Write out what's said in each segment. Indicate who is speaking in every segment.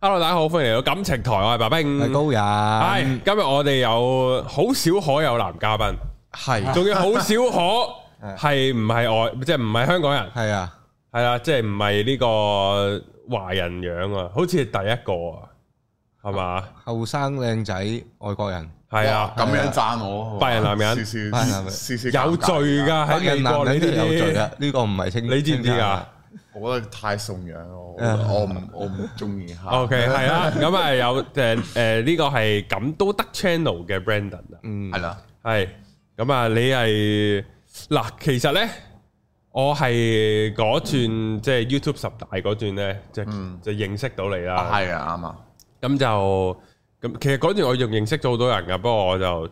Speaker 1: Hello，大家好，歡迎嚟到感情台，我係白冰，
Speaker 2: 系高
Speaker 1: 係
Speaker 2: 人，
Speaker 1: 今日我哋有好少可有男嘉賓，
Speaker 2: 系
Speaker 1: 仲要好少可係唔係外，即係唔係香港人，
Speaker 2: 系啊，
Speaker 1: 係啦，即係唔係呢個華人樣啊，好似係第一個啊，係嘛？
Speaker 2: 後生靚仔外國人，
Speaker 1: 係啊，
Speaker 3: 咁樣讚我，
Speaker 1: 白人男人
Speaker 3: 少少
Speaker 2: 白人男人
Speaker 3: 少少
Speaker 1: 有罪
Speaker 3: 尷尬，
Speaker 1: 㗎，
Speaker 2: 白
Speaker 1: 喺
Speaker 2: 人
Speaker 1: 美
Speaker 2: 男
Speaker 1: 國呢
Speaker 2: 人都有罪
Speaker 1: 啲
Speaker 2: 啊，呢個唔係清，
Speaker 1: 你知唔知
Speaker 2: à?
Speaker 1: 㗎？
Speaker 3: 我覺得太崇洋咯，我
Speaker 2: 啊
Speaker 3: 我唔我唔中意嚇。
Speaker 1: ？OK，係啦，咁啊有誒誒呢個係咁都得 channel 嘅 Brandon 啊。
Speaker 2: 嗯
Speaker 3: 係，啦，
Speaker 1: 系咁啊！你係嗱，其實咧，我係嗰轉即係 YouTube 十大嗰轉咧，就
Speaker 3: 嗯
Speaker 1: 就認識到你
Speaker 3: 啊
Speaker 1: 啦。
Speaker 3: 係啊，啱啊，
Speaker 1: 咁就咁，其實嗰段我仲認識咗好多人噶，不過我就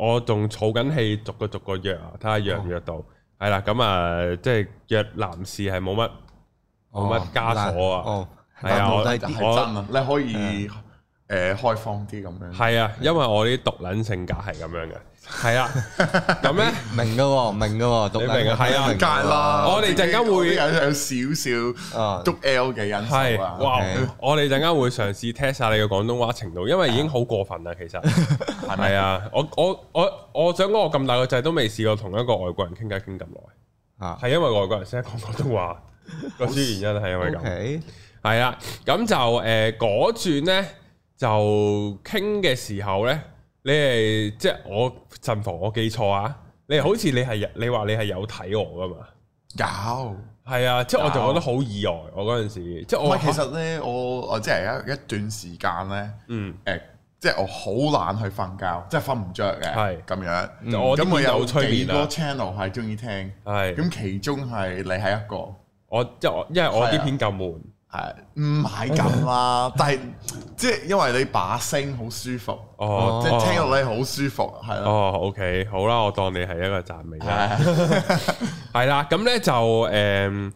Speaker 1: 我仲儲緊氣，逐個逐個約啊，睇下約
Speaker 3: 哦
Speaker 1: 唔約到。係啦，咁啊，即係約男士係冇乜冇乜枷鎖啊
Speaker 2: 哦，
Speaker 1: 係啊我
Speaker 2: 但係低
Speaker 3: 係
Speaker 2: 啲
Speaker 1: 我
Speaker 3: 真啊，你可以
Speaker 2: 嗯
Speaker 3: 誒開放啲咁樣。
Speaker 1: 係啊，因為我啲獨撚性格係咁樣嘅。係 啊，咁咧。
Speaker 2: 明噶喎，明噶喎，讀
Speaker 1: 你明啊係啊
Speaker 3: 梗係啦，
Speaker 1: 我哋陣間會
Speaker 3: 有
Speaker 2: 啊
Speaker 3: 有少少篤 L 嘅因
Speaker 1: 係，
Speaker 3: 素啊。
Speaker 1: 哇
Speaker 2: OK！
Speaker 1: 我哋陣間會嘗試 test 下你嘅廣東話程度，因為已經好過分啦，其 實
Speaker 3: 係咪
Speaker 1: 係啊！我我我我想講，我咁大個仔都未試過同一個外國人傾偈傾咁耐，
Speaker 2: 啊
Speaker 1: 係因為外國人識講廣東話，個主要原因係因為咁。
Speaker 2: ，OK，
Speaker 1: 係啦，咁就誒嗰轉咧，就傾嘅時候咧，你係即係我陣防我記錯啊！你係好似你係你話你係有睇我噶嘛？
Speaker 3: 有。
Speaker 1: 係啊，即係我就覺得好意外，我嗰陣時即係
Speaker 3: 唔
Speaker 1: 我
Speaker 3: 係，其實咧，我我即係一一段時間咧，
Speaker 1: 嗯。
Speaker 3: 誒，即係我好懶去瞓覺，即係瞓唔着嘅，
Speaker 1: 係
Speaker 3: 咁樣。
Speaker 1: 就我啲
Speaker 3: 咁我
Speaker 1: 電腦
Speaker 3: 有
Speaker 1: 催
Speaker 3: 幾
Speaker 1: 眠
Speaker 3: 個
Speaker 1: 啊
Speaker 3: channel 係中意聽，
Speaker 1: 係
Speaker 3: 咁其中係你係一個，
Speaker 1: 我即係我，因為我
Speaker 3: 係
Speaker 1: 啲
Speaker 3: 啊
Speaker 1: 片夠悶，
Speaker 3: 係唔係
Speaker 1: 嗯
Speaker 3: 咁啦？但係即係因為你把聲好舒服，
Speaker 1: 哦
Speaker 3: 即係聽落你好舒服，係啦，
Speaker 1: 哦，OK，好啦，我當你係一個讚美啦，
Speaker 3: 係
Speaker 1: 係啦，咁呢就誒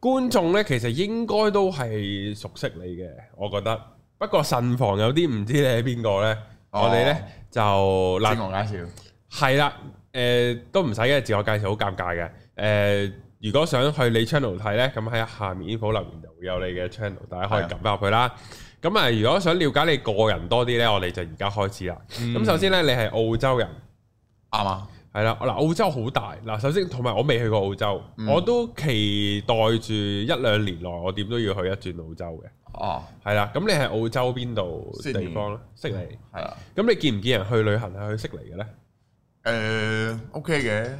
Speaker 1: 觀眾呢，其實應該都係熟悉你嘅，我覺得。不過慎防有啲唔知你係邊個呢，
Speaker 3: 哦
Speaker 1: 我哋呢就
Speaker 3: 自
Speaker 1: 嗱
Speaker 3: 我介紹，
Speaker 1: 係啦，誒都唔使嘅，自我介紹好尷尬嘅，誒。如果想去你 channel 睇呢，咁喺下面 info 留言就會有你嘅 channel，大家可以撳翻入去啦。咁啊，如果想了解你個人多啲呢，我哋就而家開始啦。咁、首先呢，你係澳洲人，
Speaker 3: 啱啊，
Speaker 1: 係啦，嗱澳洲好大，嗱首先同埋我未去過澳洲，我都期待住一兩年內我點都要去一轉澳洲嘅，
Speaker 3: 哦，
Speaker 1: 係啦。咁你係澳洲邊度
Speaker 3: 悉尼
Speaker 1: 地方咧？悉尼。
Speaker 3: 係啊，
Speaker 1: 咁你見唔見人去旅行係去悉尼嘅咧？
Speaker 3: 誒 OK 嘅，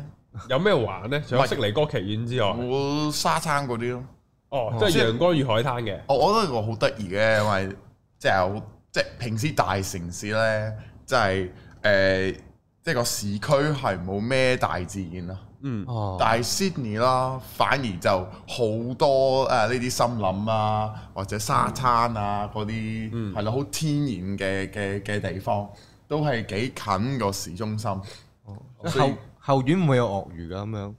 Speaker 1: 有咩玩咧？除咗悉尼歌劇院之外，
Speaker 3: 我沙灘嗰啲咯。
Speaker 1: 哦，即係陽光與海灘嘅。
Speaker 3: 我我覺得個好得意嘅，因為即係好即係平時大城市咧，即係誒，即係個市區係冇咩大自然啊啦。
Speaker 1: 嗯，
Speaker 2: 哦，
Speaker 3: 但係 Sydney 啦，反而就好多誒呃呢啲森林啊，或者沙灘啊嗰啲，
Speaker 1: 嗯
Speaker 3: 係咯，好天然嘅嘅嘅地方，都係幾近個市中心。所
Speaker 2: 後
Speaker 3: 以
Speaker 2: 後院唔會有鱷魚噶咁樣，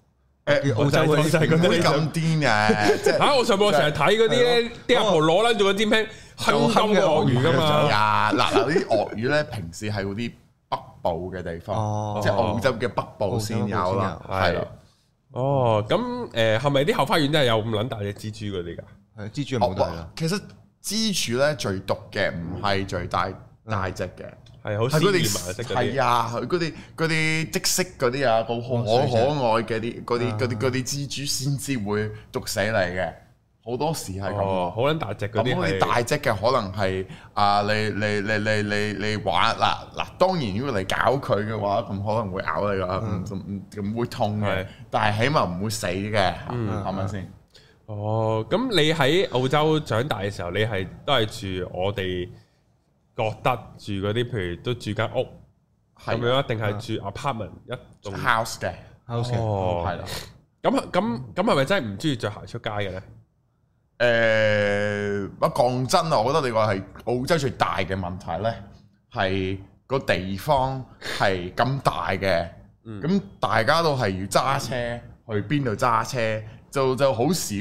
Speaker 3: 誒
Speaker 2: 澳洲嗰
Speaker 1: 我 就係
Speaker 2: 啲
Speaker 1: 覺得
Speaker 3: 呃唔會咁癲 嘅，即係
Speaker 1: 嚇！我上網成日睇嗰啲咧，啲阿婆攞撚做個尖拼，
Speaker 2: 就
Speaker 1: 鏗
Speaker 2: 坑
Speaker 1: 金
Speaker 2: 嘅
Speaker 1: 鱷魚 㗎嘛。
Speaker 3: 呀，啊嗱嗱，啲鱷魚咧，平時係嗰啲北部嘅地
Speaker 2: 哦
Speaker 3: 方，即係澳洲嘅北部先有啦，
Speaker 1: 澳洲北部先
Speaker 3: 係
Speaker 1: 有
Speaker 3: 啦。
Speaker 1: 哦，咁誒係咪啲後花園真係有咁撚大隻蜘蛛嗰啲㗎？
Speaker 2: 係蜘蛛
Speaker 3: 哦
Speaker 2: 冇大啦，
Speaker 3: 其實蜘蛛咧最毒嘅唔係最大
Speaker 1: 嗯
Speaker 3: 大隻嘅，
Speaker 1: 係好鮮
Speaker 3: 係嗰
Speaker 1: 豔顏色
Speaker 3: 啲
Speaker 1: 嗰啲
Speaker 3: 係。啊，佢嗰啲嗰啲即色嗰啲啊，好可
Speaker 2: 水
Speaker 3: 可愛嘅啲嗰
Speaker 1: 啊
Speaker 3: 啲嗰啲嗰啲蜘蛛先至會毒死你嘅，好多時係咁
Speaker 1: 哦，。好撚大隻嗰
Speaker 3: 咁
Speaker 1: 啲
Speaker 3: 我哋
Speaker 1: 係
Speaker 3: 大隻嘅可能係啊，你你你你你你玩嗱嗱，當然如果你搞佢嘅話，咁可能會咬你啦，唔唔咁會痛
Speaker 1: 嗯係嗯
Speaker 3: 嘅，但係起碼唔會死嘅，係咪先？
Speaker 1: 哦，咁你喺澳洲長大嘅時候，你係都係住我哋覺得住嗰啲，譬如都住間屋咁
Speaker 3: 係
Speaker 1: 樣，
Speaker 3: 啊
Speaker 1: 一定係住 apartment 一棟。
Speaker 3: house 嘅，
Speaker 2: 後成
Speaker 1: 哦，
Speaker 3: 係啦。啊
Speaker 1: 咁咁咁係咪真係唔中意着鞋出街嘅咧？
Speaker 3: 誒，呃不過講真啊，我覺得你話係澳洲最大嘅問題咧，係個地方係咁大嘅，咁大家都係要揸車去邊度揸車，就就好少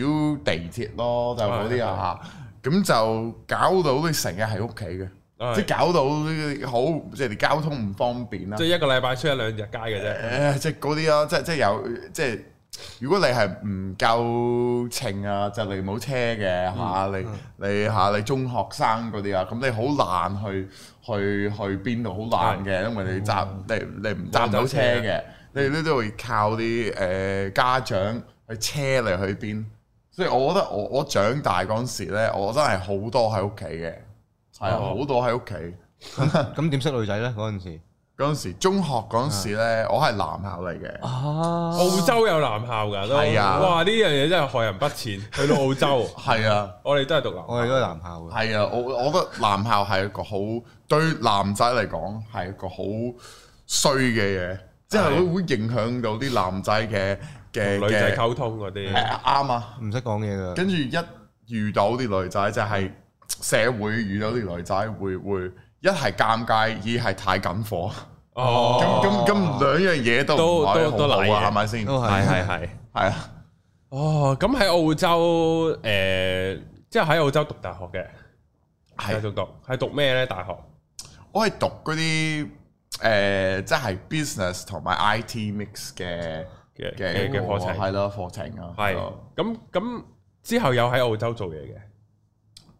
Speaker 3: 地鐵咯，就嗰啲啊嚇，咁就搞到你成日喺屋企嘅，即係搞到呢好即係你交通唔方便啦啊
Speaker 1: 即。係一個禮拜出一兩日街嘅啫。
Speaker 3: 誒，即係嗰啲咯，即係即係有即係如果你係唔夠稱啊，就嚟冇車嘅嚇，你你嚇你中學生嗰啲啊，咁你好難去去去邊度，好難嘅，因為你揸你你唔揸唔到車嘅，你你都會靠啲誒、呃家長去車你去邊，所以我覺得我我長大嗰陣時咧，我真係好多喺屋企嘅，係啊
Speaker 1: 哦
Speaker 3: 好多喺屋企。
Speaker 2: 咁點識女仔咧？嗰陣時
Speaker 3: 嗰陣時中學嗰陣時咧，我係男校嚟嘅。
Speaker 2: 啊，
Speaker 1: 澳洲有男校噶都，
Speaker 3: 係啊
Speaker 1: 哇！呢樣嘢真係害人不淺。去到澳洲，
Speaker 3: 係啊，
Speaker 1: 我哋都係讀男校，
Speaker 2: 我哋都係男校嘅，
Speaker 3: 係啊，我我覺得男校係一個好對男仔嚟講係一個好衰嘅嘢，即係會會影響到啲男仔嘅嘅
Speaker 1: 女仔
Speaker 3: 嘅
Speaker 1: 溝通嗰啲，
Speaker 3: 係啱啊！
Speaker 2: 唔識講嘢㗎。
Speaker 3: 跟住一遇到啲女仔就係社會遇到啲女仔會會一係尷尬，二係太緊火，咁
Speaker 1: 哦，
Speaker 3: 咁咁兩樣嘢都唔係
Speaker 1: 都都都
Speaker 3: 好好
Speaker 1: 嚟嘅
Speaker 3: 啊，係咪先？
Speaker 2: 都
Speaker 3: 係
Speaker 2: 係
Speaker 1: 係係係。
Speaker 3: 啊，
Speaker 1: 哦，咁喺澳洲誒，即係喺澳洲讀大學嘅，
Speaker 3: 係
Speaker 1: 繼續讀，係讀咩咧？大學
Speaker 3: 我係讀嗰啲誒，即係 business 同埋 IT mix 嘅
Speaker 1: 嘅
Speaker 3: 嘅哦
Speaker 1: 嘅嘅課程
Speaker 3: 係咯，課程啊，
Speaker 1: 係
Speaker 3: 咯
Speaker 1: 咁咁之後有喺澳洲做嘢嘅，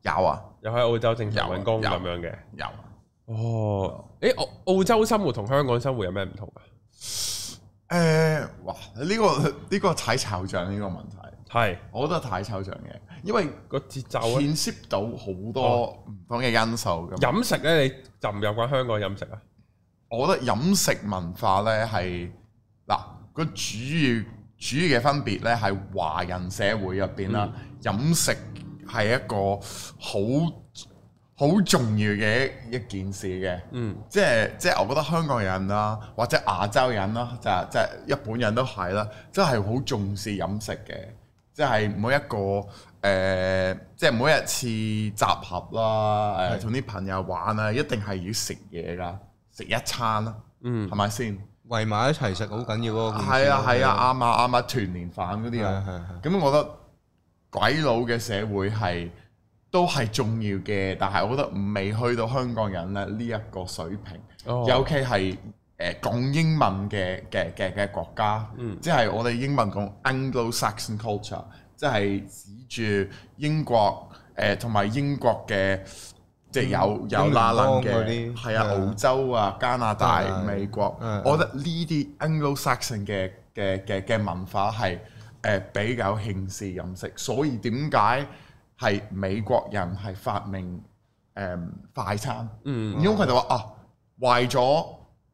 Speaker 3: 有啊，
Speaker 1: 有喺澳洲正常
Speaker 3: 有
Speaker 1: 揾工
Speaker 3: 有
Speaker 1: 咁樣嘅。
Speaker 3: 有啊。
Speaker 1: 哦，誒澳澳洲生活同香港生活有咩唔同啊？
Speaker 3: 誒、哇！呢、個呢、個太抽象呢個問題，
Speaker 1: 係
Speaker 3: 我覺得太抽象嘅，因為
Speaker 1: 個節奏啊，哦
Speaker 3: 牽涉到好多唔同嘅因素咁。
Speaker 1: 飲食咧，你就唔有關香港飲食啊？
Speaker 3: 我覺得飲食文化呢係嗱個主要主要嘅分別呢係華人社會入邊啦，
Speaker 1: 嗯
Speaker 3: 飲食係一個好好重要嘅一一件事嘅。
Speaker 1: 嗯，
Speaker 3: 即係即係，我覺得香港人啦，或者亞洲人啦，就係即係日本人都係啦，真係好重視飲食嘅，即係每一個誒、呃即係每一次集合啦，誒
Speaker 2: 係
Speaker 3: 同啲朋友玩啊，一定係要食嘢噶，食一餐啦，
Speaker 1: 嗯
Speaker 3: 係咪先？
Speaker 2: 圍埋一齊嗯食好緊要嗰個件事
Speaker 3: 係啊係啊，啱啊啱啊，團年飯嗰啲
Speaker 2: 係
Speaker 3: 啊，
Speaker 2: 係係。
Speaker 3: 咁我覺得鬼佬嘅社會係都係重要嘅，但係我覺得未去到香港人咧呢一個水平。
Speaker 1: 哦
Speaker 3: 尤其係誒講英文嘅嘅嘅嘅國家，
Speaker 1: 嗯
Speaker 3: 即係我哋英文講 Anglo-Saxon culture，即係指住英國誒同埋英國嘅。即係有有啦啦
Speaker 2: 嗯英
Speaker 3: 嘅，
Speaker 2: 聯邦嗰啲
Speaker 3: 係啊，
Speaker 2: 係啊
Speaker 3: 澳洲啊、加拿大
Speaker 2: 係啊、
Speaker 3: 美國
Speaker 2: 係啊，
Speaker 3: 我覺得呢啲 Anglo-Saxon 嘅嘅嘅嘅文化係誒比較輕視飲食，所以點解係美國人係發明誒快餐？
Speaker 1: 嗯
Speaker 3: 唔通佢就話啊，為咗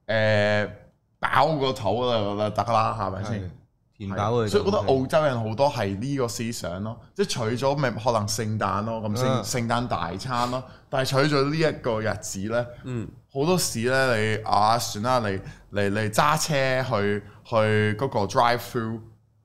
Speaker 3: 誒飽個肚啦，就得啦，係咪
Speaker 2: 係啊
Speaker 3: 先？
Speaker 2: 填飽佢，
Speaker 3: 所以我覺得澳洲人好多係呢個思想咯，即係除咗咪可能聖誕咯，咁聖
Speaker 2: 嗯
Speaker 3: 聖誕大餐咯，但係除咗呢一個日子咧，
Speaker 1: 嗯
Speaker 3: 好多時咧你啊算啦，你你你揸車去去嗰個 drive through。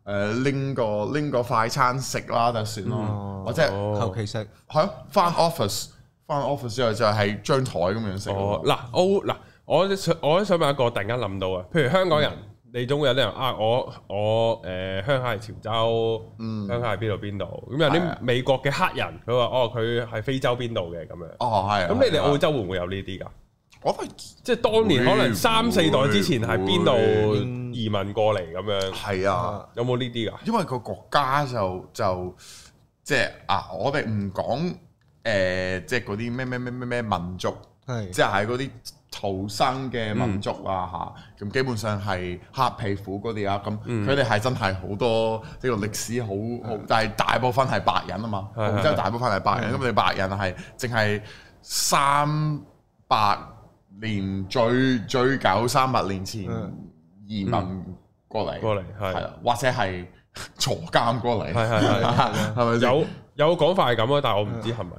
Speaker 3: 誒拎個拎個快餐食啦就算咯
Speaker 2: 嗯，
Speaker 3: 或者係
Speaker 1: 哦
Speaker 2: 求其食
Speaker 3: 咯翻 office 翻 office 之後就係張台咁樣食
Speaker 1: 哦
Speaker 3: 咯，，
Speaker 1: 嗱，我嗱，我都想我都想問一個，突然間諗到啊，譬如香港人，你總會有啲人啊，我我誒鄉下係潮州，
Speaker 3: 嗯
Speaker 1: 鄉下係邊度邊度，咁有
Speaker 3: 係啊
Speaker 1: 啲美國嘅黑人，佢話哦佢係非洲邊度嘅咁樣，
Speaker 3: 哦係啊。
Speaker 1: 咁你哋
Speaker 3: 係啊
Speaker 1: 澳洲會唔會有呢啲㗎？
Speaker 3: 我都
Speaker 1: 即係當年可能三四代之前係邊度
Speaker 3: 會
Speaker 1: 移民過嚟咁樣，
Speaker 3: 係啊，
Speaker 1: 有冇呢啲㗎？
Speaker 3: 因為個國家就就即係啊，我哋唔講誒，即係嗰啲咩咩咩咩咩民族，
Speaker 2: 係
Speaker 3: 即係嗰啲逃生嘅民族
Speaker 1: 嗯
Speaker 3: 啊嚇，咁、基本上係黑皮膚嗰啲啊，咁
Speaker 1: 嗯
Speaker 3: 佢哋係真係好多呢個歷史好好，但係大部分係白人啊嘛，
Speaker 1: 係係嗯
Speaker 3: 澳洲大部分係白人，咁你白人係淨係三百年最最久三百年前
Speaker 2: 嗯
Speaker 3: 移民過
Speaker 1: 嗯
Speaker 3: 嚟，
Speaker 1: 過嚟係
Speaker 3: 係啦，或者係坐監過嚟，
Speaker 1: 係係係
Speaker 3: 係咪先？
Speaker 1: 有有講法係咁啊，但係我唔知係咪。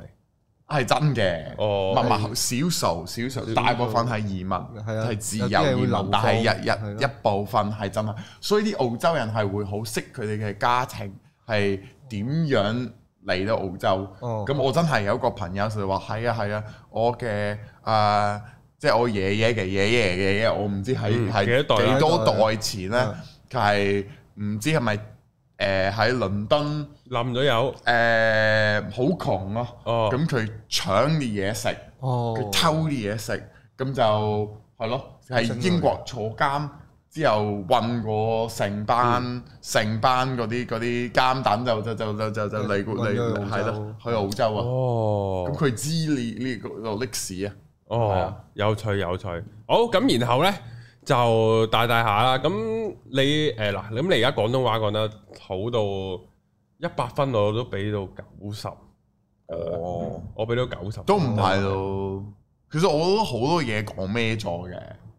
Speaker 3: 係真嘅，
Speaker 1: 哦
Speaker 3: 唔係唔係少數少數，大部分係移民，
Speaker 2: 係啊
Speaker 3: 係自
Speaker 2: 有啲係
Speaker 3: 由
Speaker 2: 會
Speaker 3: 移民
Speaker 2: 流放，
Speaker 3: 但係日
Speaker 2: 係
Speaker 3: 日
Speaker 2: 咯
Speaker 3: 一部分係真係，所以啲澳洲人係會好識佢哋嘅家庭係點樣嚟到澳洲。
Speaker 2: 哦
Speaker 3: 咁我真係有個朋友就話係啊係啊，我嘅誒即係我爺爺嘅爺爺嘅爺爺，我唔知
Speaker 1: 嗯
Speaker 3: 喺係
Speaker 1: 幾多代
Speaker 3: 幾
Speaker 2: 幾
Speaker 3: 多
Speaker 2: 多啊嗯
Speaker 3: 代前咧，佢係唔知係咪誒喺倫敦。
Speaker 1: 冧咗有
Speaker 3: 誒好、窮咯、
Speaker 1: 哦
Speaker 3: 咁佢搶啲嘢食，
Speaker 2: 哦
Speaker 3: 佢偷啲嘢食，咁就係咯，係英國坐監之後運過成班成班嗰啲嗰啲監趸就就就就就就嚟
Speaker 2: 運咗去
Speaker 3: 嚟
Speaker 2: 澳洲
Speaker 3: 係啦，去澳洲啊！
Speaker 1: 哦
Speaker 3: 咁，佢知呢呢個歷史啊，係
Speaker 1: 哦
Speaker 3: 啊，
Speaker 1: 有趣有趣。好，咁然後呢，就大大下啦。咁你誒嗱，咁你而家廣東話講得好到一百分，我都俾到九十，
Speaker 3: 哦，
Speaker 1: 我俾到九十，
Speaker 3: 都唔係咯。其實我都好多嘢講咩咗嘅，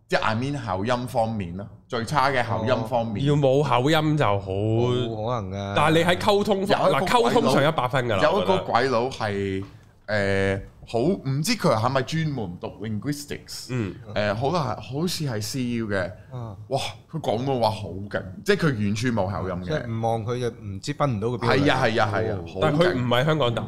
Speaker 3: 即係 I mean 口音方面啦，最差嘅口音方面
Speaker 1: 要。冇口音就好。
Speaker 2: 冇可能噶。
Speaker 1: 但係你喺溝通
Speaker 3: 哦有一個
Speaker 1: 嗱溝通上一百分㗎啦，
Speaker 3: 有
Speaker 1: 我覺
Speaker 3: 一個
Speaker 1: 得
Speaker 3: 鬼佬係誒好唔知佢係咪專門讀 linguistics 誒、
Speaker 1: 嗯
Speaker 3: 呃好啦，好似係 CU 嘅，
Speaker 2: 啊
Speaker 3: 哇！佢講到話好勁，即係佢完全冇口音
Speaker 2: 即係
Speaker 3: 嘅。
Speaker 2: 唔望佢就唔知分唔到個標。哦
Speaker 3: 係啊係啊係啊，好
Speaker 1: 哦但係佢唔
Speaker 3: 勁！
Speaker 1: 係香港大，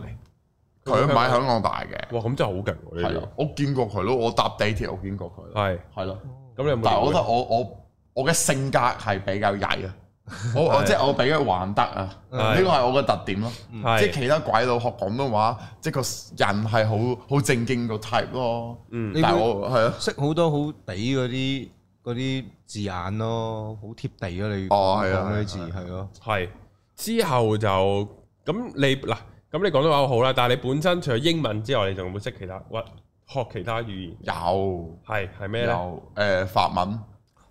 Speaker 3: 佢唔喺香港大嘅，
Speaker 1: 哇咁真係好勁喎
Speaker 3: 係
Speaker 1: 呢
Speaker 3: 啊，我見過佢咯，我搭地鐵我見過佢
Speaker 1: 啲，
Speaker 3: 咯，
Speaker 1: 係
Speaker 3: 係咯。
Speaker 1: 啊咁啊你有冇？
Speaker 3: 但係我覺得我我我嘅性格係比較 曳啊，我我
Speaker 1: 哦係
Speaker 3: 即係我比較玩得啊，呢
Speaker 1: 係
Speaker 3: 個係我嘅特點咯。即係
Speaker 1: 係
Speaker 3: 其他鬼佬學廣東話，即係個人係好好正經個 type 咯。
Speaker 1: 嗯
Speaker 3: 但係我係啊，
Speaker 2: 識好多好地嗰啲嗰啲字眼咯，好貼地咯你。
Speaker 3: 哦係啊
Speaker 2: 講嗰啲字
Speaker 3: 係
Speaker 2: 係咯，
Speaker 1: 係之後就咁你嗱咁你講到話好啦，但係你本身除咗英文之外，你仲有冇識其他或學其他語言？
Speaker 3: 有
Speaker 1: 係係咩咧？
Speaker 3: 有誒法文，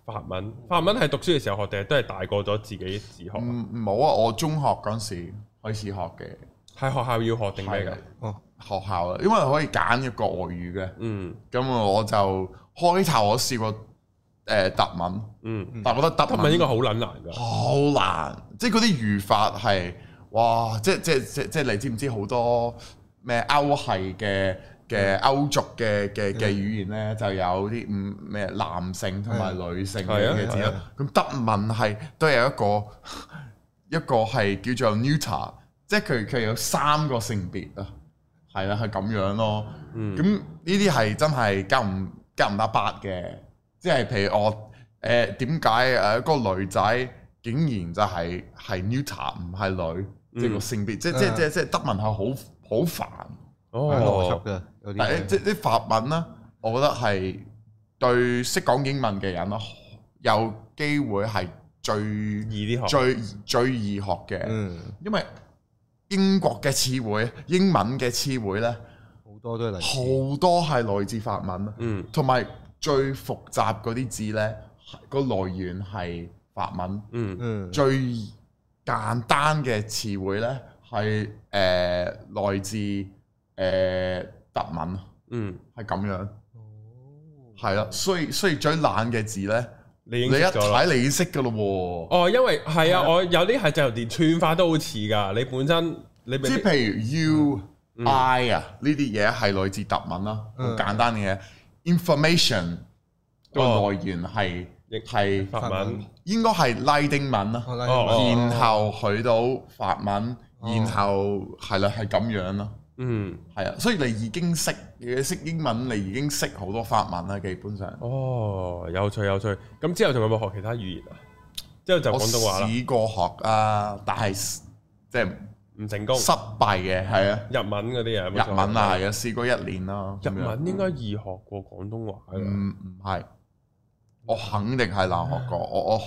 Speaker 1: 法文法文係讀書嘅時候學定係都係大個咗自己自學？
Speaker 3: 唔冇啊！我中學嗰陣時開始學嘅，
Speaker 1: 係學校要學定咩
Speaker 3: 係
Speaker 1: 㗎
Speaker 3: 啊？
Speaker 2: 哦，
Speaker 3: 學校啊，因為可以揀一個外語嘅，
Speaker 1: 嗯
Speaker 3: 咁我就開頭我試過誒德文，
Speaker 1: 嗯，
Speaker 3: 但係覺得德
Speaker 1: 德文應該好撚難㗎。
Speaker 3: 好難，即係嗰啲語法係哇！即即即即你知唔知好多咩歐系嘅嘅
Speaker 1: 嗯
Speaker 3: 歐族嘅嘅嘅語言咧，就有啲唔咩男性同埋女性嘅
Speaker 1: 係啊
Speaker 3: 嘅字
Speaker 2: 係
Speaker 3: 啦。咁德文係都有一個 一個係叫做 neuter，即係佢佢有三個性別啊，係啦，係咁樣咯。
Speaker 1: 嗯
Speaker 3: 咁呢啲係真係交唔交唔得八嘅，即係譬如我誒點解誒個女仔竟然就係係 neuter 唔係女，即係個性別，即即即即德文係好好煩，
Speaker 2: 係邏
Speaker 1: 哦
Speaker 2: 輯，嘅有啲
Speaker 3: 但係
Speaker 2: 嘢。
Speaker 3: 即啲法文啦，我覺得係對識講英文嘅人啦，有機會係最
Speaker 1: 易啲學。
Speaker 3: 最最易學嘅，
Speaker 2: 嗯，
Speaker 3: 因為英國嘅詞彙、英文嘅詞彙咧，
Speaker 2: 好多都係嚟自。
Speaker 3: 好多係來自法文啊。
Speaker 1: 嗯
Speaker 3: 同埋最複雜嗰啲字呢，個來源係法文。
Speaker 1: 嗯
Speaker 2: 嗯，
Speaker 3: 最簡單嘅詞彙呢，係誒、呃、來自誒、呃德文，
Speaker 1: 嗯，
Speaker 3: 係咁樣。
Speaker 2: 哦
Speaker 3: 係啦，所以所以最難嘅字呢，
Speaker 1: 你
Speaker 3: 你
Speaker 1: 已
Speaker 3: 一
Speaker 1: 經識咗啦。
Speaker 3: 睇你識噶咯喎。
Speaker 1: 哦，因為係啊，我有啲係就連串法都好似㗎。你本身你
Speaker 3: 即係
Speaker 1: 未必
Speaker 3: 譬如 U、I
Speaker 1: 嗯
Speaker 3: 啊呢啲嘢係來自德文啦，好
Speaker 2: 嗯
Speaker 3: 簡單嘅嘢。Information
Speaker 1: 哦
Speaker 3: 個來源係
Speaker 1: 亦
Speaker 3: 係
Speaker 1: 法
Speaker 2: 法
Speaker 1: 文
Speaker 2: 文。
Speaker 3: 應該係拉丁文啊啦。
Speaker 2: 我拉
Speaker 1: 哦哦
Speaker 3: 然後去到法文，
Speaker 2: 哦
Speaker 3: 然後係啦，係咁樣咯，
Speaker 1: 嗯，
Speaker 3: 係啊，所以你已經識，你識英文，你已經識好多法文啦，基本上。
Speaker 1: 哦，有趣有趣。咁之後仲有冇學其他語言啊？之後就
Speaker 3: 我
Speaker 1: 廣東話啦，
Speaker 3: 試過學啊，但係 s- 即係
Speaker 1: 唔成功。
Speaker 3: 失敗嘅，係啊，
Speaker 1: 日文嗰啲啊，有冇
Speaker 3: 日
Speaker 1: 錯
Speaker 3: 文啊，係啊，試過一年啦。
Speaker 1: 日
Speaker 3: 咁樣
Speaker 1: 文應該易學過廣東話
Speaker 3: 唔
Speaker 1: 㗎。
Speaker 3: 唔係，我肯定係難學過，我我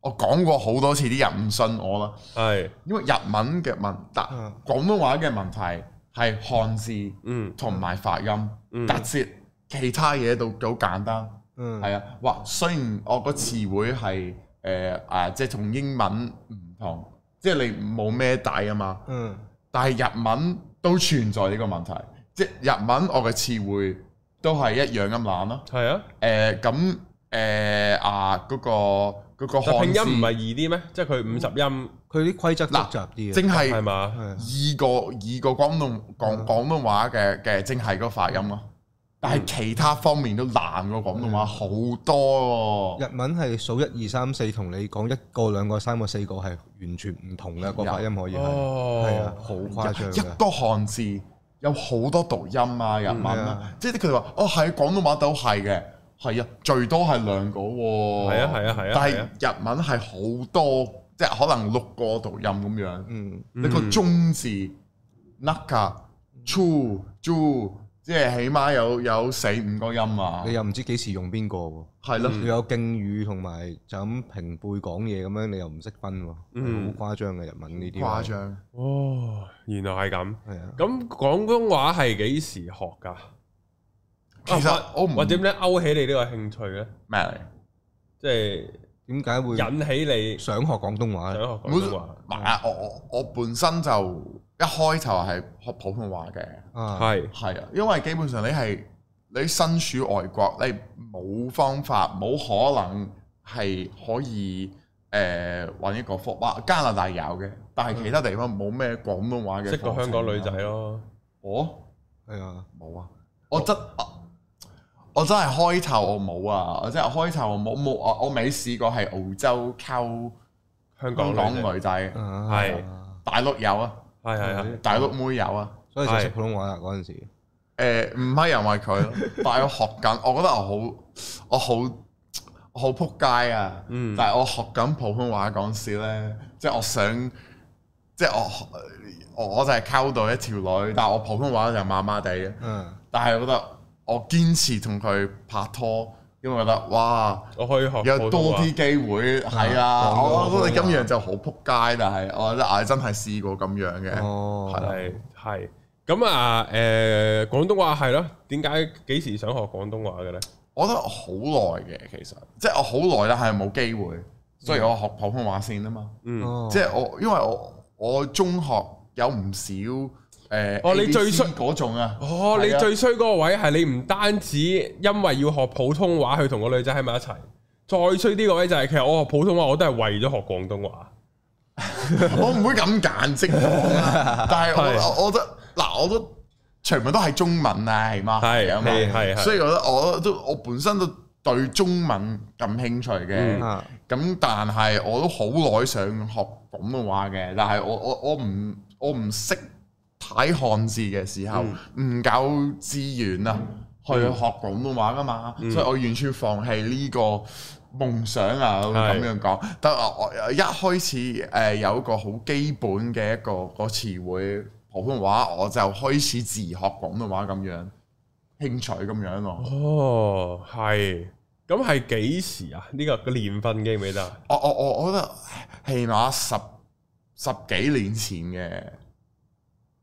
Speaker 3: 我講過好多次，啲人唔信我啦，
Speaker 1: 係，
Speaker 3: 因為日文嘅問題，
Speaker 2: 嗯
Speaker 3: 廣東話嘅問題係漢字。
Speaker 1: 嗯
Speaker 3: 同埋發音，
Speaker 1: 嗯
Speaker 3: 特設其他嘢都都簡單，
Speaker 2: 嗯，
Speaker 3: 係啊。哇，雖然我個詞彙係誒啊，即係同英文唔同，即係你冇咩底啊嘛，
Speaker 2: 嗯，
Speaker 3: 但係日文都存在呢個問題，即係日文我嘅詞彙都係一樣咁難咯。
Speaker 1: 係啊。
Speaker 3: 誒咁誒啊嗰個嗰個
Speaker 1: 但拼
Speaker 3: 漢字
Speaker 1: 音唔係易啲咩？即係佢五十音
Speaker 2: 佢啲規則
Speaker 3: 嗱
Speaker 2: 複雜啲嘅。
Speaker 3: 正
Speaker 1: 係
Speaker 3: 係
Speaker 1: 嘛？
Speaker 2: 係啊
Speaker 3: 易過易過廣東
Speaker 1: 嗯
Speaker 3: 廣廣東話嘅嘅正係個發音咯，但係其他方面都難過廣東
Speaker 1: 嗯
Speaker 3: 話好多喎。
Speaker 2: 日文係數一二三四，同你講一個、兩個、三個、四個係完全唔同嘅個發音可以係，係啊，
Speaker 1: 哦，
Speaker 2: 好誇張
Speaker 3: 一
Speaker 2: 嘅。
Speaker 3: 個漢字有好多讀音
Speaker 1: 嗯
Speaker 3: 啊，日文
Speaker 2: 係
Speaker 3: 啊
Speaker 2: 啊，
Speaker 3: 即係佢哋話哦係廣東話都係嘅，係啊，最多係兩個喎。
Speaker 1: 係啊係啊係啊係啊
Speaker 3: 但係日文係好多，即係可能六個讀音咁
Speaker 2: Ừ.
Speaker 3: 樣。
Speaker 2: 嗯，
Speaker 1: 嗯
Speaker 3: 你個中字 naka chu ju 即即係起碼有有四五個音啊
Speaker 2: 你，又唔知幾時用邊個喎？
Speaker 3: 係咯，
Speaker 2: 要有敬語同埋就咁平輩講嘢咁樣，你又唔識分喎，
Speaker 1: 嗯
Speaker 2: 好誇張嘅日文呢啲話
Speaker 3: 誇張。
Speaker 1: 哦，原來係咁。
Speaker 2: 係啊，
Speaker 1: 咁廣東話係幾時學噶？
Speaker 3: 其實啊我唔
Speaker 1: 或者點咧勾起你呢個興趣咧？
Speaker 3: 咩嚟？
Speaker 1: 即係
Speaker 2: 點解會
Speaker 1: 引起你
Speaker 2: 想學廣東話
Speaker 1: 想學
Speaker 2: 咧？
Speaker 1: 廣東話？
Speaker 3: 唔係啊我我我本身就一開頭係學普通話嘅，
Speaker 2: 啊，
Speaker 1: 係
Speaker 3: 係啊，因為基本上你係你身處外國，你冇方法，冇可能係可以誒揾、一個科。哇，加拿大有嘅，但係其他地方冇咩廣東話
Speaker 1: 嗯
Speaker 3: 嘅。
Speaker 1: 識個香港女仔，咯。
Speaker 3: 我
Speaker 2: 係啊，
Speaker 3: 冇啊，我真啊我真係開頭我冇啊，我真係開頭我冇冇我我未試過係澳洲溝
Speaker 1: 香港
Speaker 3: 香港
Speaker 1: 女仔，
Speaker 3: 女仔，
Speaker 1: 係
Speaker 2: 啊
Speaker 3: 大陸有啊，
Speaker 1: 係係係。
Speaker 3: 大陸妹有啊。
Speaker 2: 所以就識
Speaker 1: 係
Speaker 2: 普通話啦嗰陣時。
Speaker 3: 誒唔係又係佢咯，但係我學緊，我覺得我好，我好，我好撲街啊！
Speaker 1: 嗯
Speaker 3: 但係我學緊普通話嗰陣時咧，即係我想，即係我我我就係溝到一條女，但係我普通話就麻麻地嘅，
Speaker 2: 嗯，
Speaker 3: 但係我覺得我堅持同佢拍拖，因為覺得哇
Speaker 1: 我可以學啊
Speaker 3: 有
Speaker 1: 普
Speaker 3: 多
Speaker 1: 通話
Speaker 3: 啲機會係
Speaker 2: 啊
Speaker 3: 啊！
Speaker 2: 講到
Speaker 3: 我覺得
Speaker 2: 普通
Speaker 3: 咁
Speaker 2: 話
Speaker 3: 樣就好撲街，但係我覺得我真係試過咁樣嘅。
Speaker 2: 哦，
Speaker 1: 係係咁啊！誒廣東話係咯，點解幾時想學廣東話嘅咧？
Speaker 3: 我覺得好耐嘅，其實即係我好耐啦，係冇機會，所以我學普通話先啊嘛。
Speaker 1: 嗯，
Speaker 2: 哦
Speaker 3: 即係我因為我我中學有唔少誒，呃
Speaker 1: 哦你
Speaker 3: ABC
Speaker 1: 最衰
Speaker 3: 嗰種啊，
Speaker 1: 哦，你
Speaker 3: 係啊
Speaker 1: 最衰嗰個位係你唔單止因為要學普通話去同個女仔喺埋一齊，再衰啲個位就係其實我學普通話我都係為咗學廣東話。
Speaker 3: 我唔會咁簡直講 啊，但係
Speaker 1: 係
Speaker 3: 我我我覺得嗱，我都全部都係中文啊，係嘛？
Speaker 1: 係
Speaker 3: 啊嘛，
Speaker 1: 係係係
Speaker 3: 所以我覺得我都我本身都對中文感興趣嘅。
Speaker 1: 嗯
Speaker 2: 啊，
Speaker 3: 咁但係我都好耐想學廣東話嘅，但係我我我唔我唔識睇漢字嘅時候，唔夠資源啊去
Speaker 1: 嗯
Speaker 3: 學廣東話噶嘛，
Speaker 1: 嗯
Speaker 3: 所以我完全放棄呢個夢想啊，
Speaker 1: 係
Speaker 3: 咁樣講。但我我一開始誒、呃有一個好基本嘅一個個詞彙普通話，我就開始自學廣東話咁樣興趣咁樣咯。
Speaker 1: 哦，係。咁係幾時啊？呢、個個年份記唔記得啊？
Speaker 3: 我我我我覺得起碼十十幾年前嘅，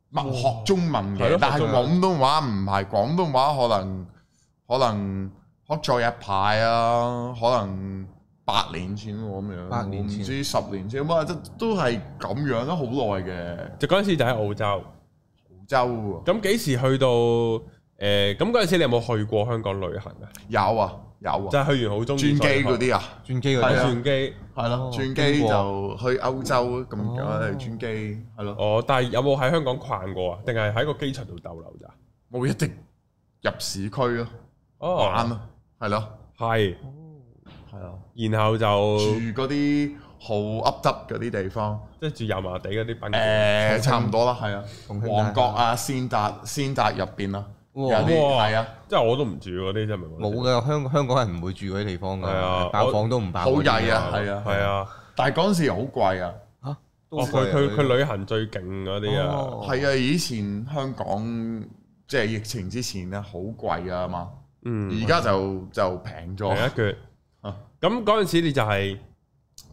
Speaker 3: 默學中文
Speaker 1: 係
Speaker 3: 嘅
Speaker 1: 咯，
Speaker 3: 但係
Speaker 1: 學中文
Speaker 3: 廣東話唔係廣東話，可能可能學咗一排啊，可能八年前喎咁樣，
Speaker 2: 八年前
Speaker 3: 我唔知十年前咁啊，都都係咁樣都好耐嘅，
Speaker 1: 就嗰陣時就喺澳洲。
Speaker 3: 澳洲喎
Speaker 1: 咁幾時去到誒？咁嗰陣時你有冇去過香港旅行啊？
Speaker 3: 有啊有
Speaker 1: 就
Speaker 3: 啊，
Speaker 1: 係去完好中
Speaker 3: 轉
Speaker 1: 意
Speaker 3: 機
Speaker 1: 再學
Speaker 3: 嗰，啲啊，
Speaker 2: 轉機嗰
Speaker 1: 哦
Speaker 3: 係啊
Speaker 2: 啲
Speaker 1: 轉機。
Speaker 3: 係
Speaker 2: 哦
Speaker 3: 咯，轉機
Speaker 2: 經過
Speaker 3: 就去歐洲咁
Speaker 2: 哦
Speaker 3: 樣，轉機係咯。
Speaker 1: 哦，但係有冇喺香港逛過啊？定係喺個機場度逗留咋？
Speaker 3: 冇一定入市區咯，玩
Speaker 1: 哦，
Speaker 3: 咯，啊係咯，
Speaker 1: 係，
Speaker 3: 係啊，
Speaker 1: 然後就
Speaker 3: 住嗰啲好噏耷嗰啲地方，
Speaker 1: 即係住油麻地嗰啲賓館。
Speaker 3: 誒差唔多啦，係啊，
Speaker 2: 重慶大
Speaker 3: 旺角啊、先達、先達入邊啦，有
Speaker 2: 哇
Speaker 3: 啲
Speaker 1: 哇
Speaker 3: 係啊，
Speaker 1: 即係我都唔住嗰啲真係
Speaker 2: 冇嘅，香香港人唔會住嗰啲地方
Speaker 1: 係啊
Speaker 2: 㗎，爆房都唔爆
Speaker 3: 好
Speaker 2: 嗰啲㗎。
Speaker 3: 曳啊，係啊，
Speaker 1: 係，啊，
Speaker 3: 但係嗰陣時好貴啊，
Speaker 2: 嚇！
Speaker 1: 哦佢佢佢旅行最勁嗰啲啊，
Speaker 2: 啊哦
Speaker 3: 係啊，以前香港即係疫情之前咧好貴啊嘛，
Speaker 1: 嗯，
Speaker 3: 而家就就平
Speaker 1: 係
Speaker 3: 咗，
Speaker 1: 一橛。
Speaker 3: 啊
Speaker 1: 咁嗰陣時你就係，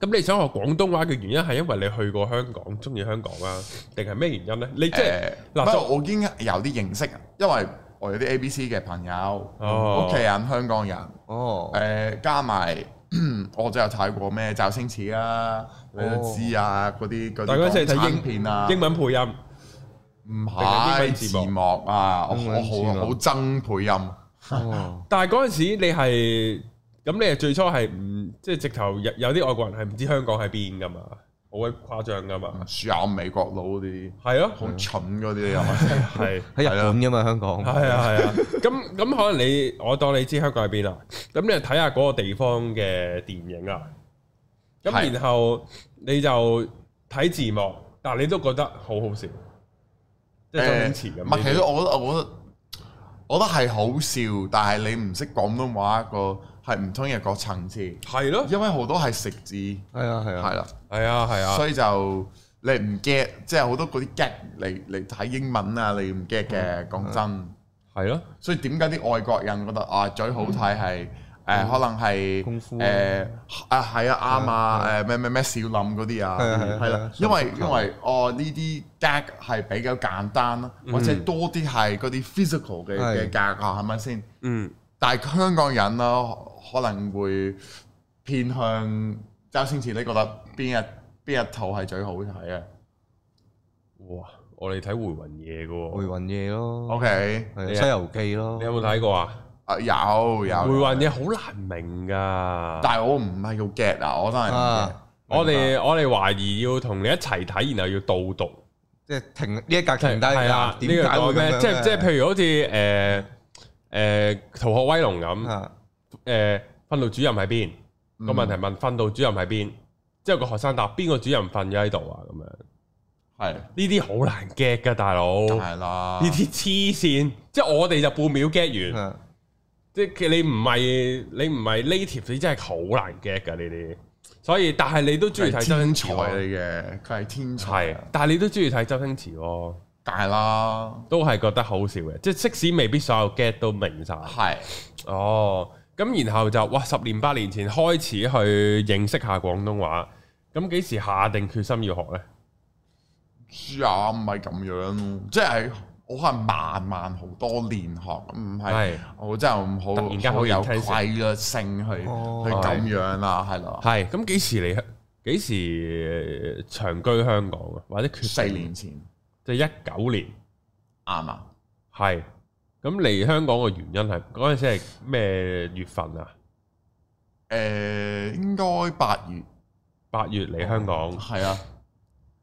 Speaker 1: 咁你想學廣東話嘅原因係因為你去過香港，中意香港啊，定係咩原因咧？你即係
Speaker 3: 誒，
Speaker 1: 嗱
Speaker 3: 嗱，
Speaker 1: 就
Speaker 3: 我已經有啲認識，啊因為我有啲 A B C 嘅朋友，
Speaker 1: 哦
Speaker 3: 屋企人香港人。誒、
Speaker 2: 哦，
Speaker 3: 呃加埋 我就有睇過咩周星馳啊，
Speaker 1: 哦
Speaker 3: 你都知啊嗰啲嗰
Speaker 1: 但嗰陣時係睇
Speaker 3: 啲港產
Speaker 1: 英
Speaker 3: 片啊，
Speaker 1: 英文配音，定係英
Speaker 3: 唔係
Speaker 1: 文字
Speaker 3: 字
Speaker 1: 幕
Speaker 3: 幕啊，我
Speaker 2: 英文字幕
Speaker 3: 我好好憎配音，啊
Speaker 2: 哦
Speaker 1: 但係嗰啊陣時你係，咁你係最初係唔即係直頭有有啲外國人係唔知香港喺邊噶嘛，好鬼誇張噶嘛，
Speaker 3: 樹有美國佬嗰啲
Speaker 1: 係咯，
Speaker 3: 好蠢嗰
Speaker 1: 嗯
Speaker 3: 啲啊，係咪
Speaker 1: 係。
Speaker 2: 喺日本㗎嘛，香港。
Speaker 1: 係啊係啊，咁咁可能你我當你知香港喺邊啦，咁你就睇下嗰個地方嘅電影啦，咁
Speaker 3: 係
Speaker 1: 然後你就睇字幕，但係你都覺得好好笑， 即係周星馳咁
Speaker 3: 誒呃唔
Speaker 1: 呢
Speaker 3: 係，其
Speaker 1: 啲。
Speaker 3: 實我覺得我覺得我覺得係好笑，但係你唔識廣東話個係唔通一個層次，
Speaker 1: 係咯，
Speaker 3: 因為好多係食字
Speaker 2: 係啊係啊
Speaker 3: 係啦。
Speaker 1: 係啊係啊，
Speaker 3: 所以就你
Speaker 2: 嗯
Speaker 3: 唔 get，即係好多嗰啲 get 嚟嚟睇英文啊，你唔 get 嘅，講真
Speaker 1: 係咯，
Speaker 3: 所以點解啲外國人覺得啊嘴好睇係誒可能係
Speaker 2: 嗯功夫啊嗯
Speaker 3: 誒啊係啊啱啊誒咩咩咩少林嗰啲啊
Speaker 2: 係啊係啊
Speaker 3: 係
Speaker 2: 係
Speaker 3: 啦
Speaker 2: 啊，
Speaker 3: 因為因為哦呢啲 gag 係比較簡單啦，或者多啲係嗰啲 physical 嘅嘅
Speaker 2: 嗯係
Speaker 3: gag 啊係咪先？
Speaker 1: 嗯，
Speaker 3: 但係香港人啦，可能會偏向周星馳，你覺得邊日邊日套係最好睇啊
Speaker 1: 哇！我哋睇回魂夜嘅
Speaker 2: 回
Speaker 1: 喎，
Speaker 2: 魂夜咯，
Speaker 3: ？OK，
Speaker 2: 係
Speaker 1: 你
Speaker 2: 《
Speaker 1: 啊
Speaker 2: 西遊記》咯
Speaker 1: 你，有冇睇過啊？
Speaker 3: 啊有有，
Speaker 1: 回魂夜好難明㗎，
Speaker 3: 但係我唔係叫 get 啊，我真係唔 get
Speaker 2: 啊，
Speaker 1: 我哋我哋懷疑要同你一齊睇，然後要導讀。
Speaker 2: 即係停呢一格停低
Speaker 1: 係啦
Speaker 2: 啦，，
Speaker 1: 呢
Speaker 2: 點
Speaker 1: 個
Speaker 2: 解
Speaker 1: 講
Speaker 2: 會
Speaker 1: 咩
Speaker 2: 咁？
Speaker 1: 即係即係譬如好似誒誒《逃學威龍》咁，
Speaker 2: 啊
Speaker 1: 誒訓導主任喺邊？
Speaker 3: 嗯
Speaker 1: 個問題問訓導主任喺邊？之後個學生答邊個主任瞓咗喺度啊？咁樣呢
Speaker 3: 嗯係。
Speaker 1: 啲好難 get 㗎，大佬。
Speaker 3: 梗
Speaker 1: 呢
Speaker 3: 係啦，
Speaker 1: 啲黐線，即係我哋就半秒 get 完，
Speaker 2: 啊
Speaker 1: 即係你唔係你唔係 native，你真係好難 get 㗎呢啲。所以但係你都中意
Speaker 3: 佢
Speaker 1: 睇
Speaker 3: 係
Speaker 1: 周星馳
Speaker 3: 天才啊
Speaker 1: 喎
Speaker 3: 嚟，嘅，佢係天才
Speaker 1: 係，，但係你都中意睇周星馳喎，
Speaker 3: 梗係啦，
Speaker 1: 都係覺得好笑嘅。即係即使未必所有 get 都明晒。
Speaker 3: 係
Speaker 1: 哦，咁然後就哇，十年八年前開始去認識下廣東話，咁幾時下定決心要學呢？
Speaker 3: 哎呀，唔係咁樣咯，即係我係慢慢好多年學，唔係
Speaker 1: 係
Speaker 3: 我真係唔好
Speaker 1: 突然間好
Speaker 3: 好有
Speaker 1: intense
Speaker 3: 規律性去去
Speaker 2: 哦
Speaker 3: 咁樣啦，係啦，
Speaker 1: 係，咁幾時嚟？幾時呃長居香港啊？或者決定
Speaker 3: 四年，前
Speaker 1: 即係一九年，
Speaker 3: 啱啊，
Speaker 1: 係。咁嚟香港嘅原因係嗰陣時係咩月份啊？
Speaker 3: 誒應該八月
Speaker 1: 八月嚟香港。
Speaker 3: 係啊，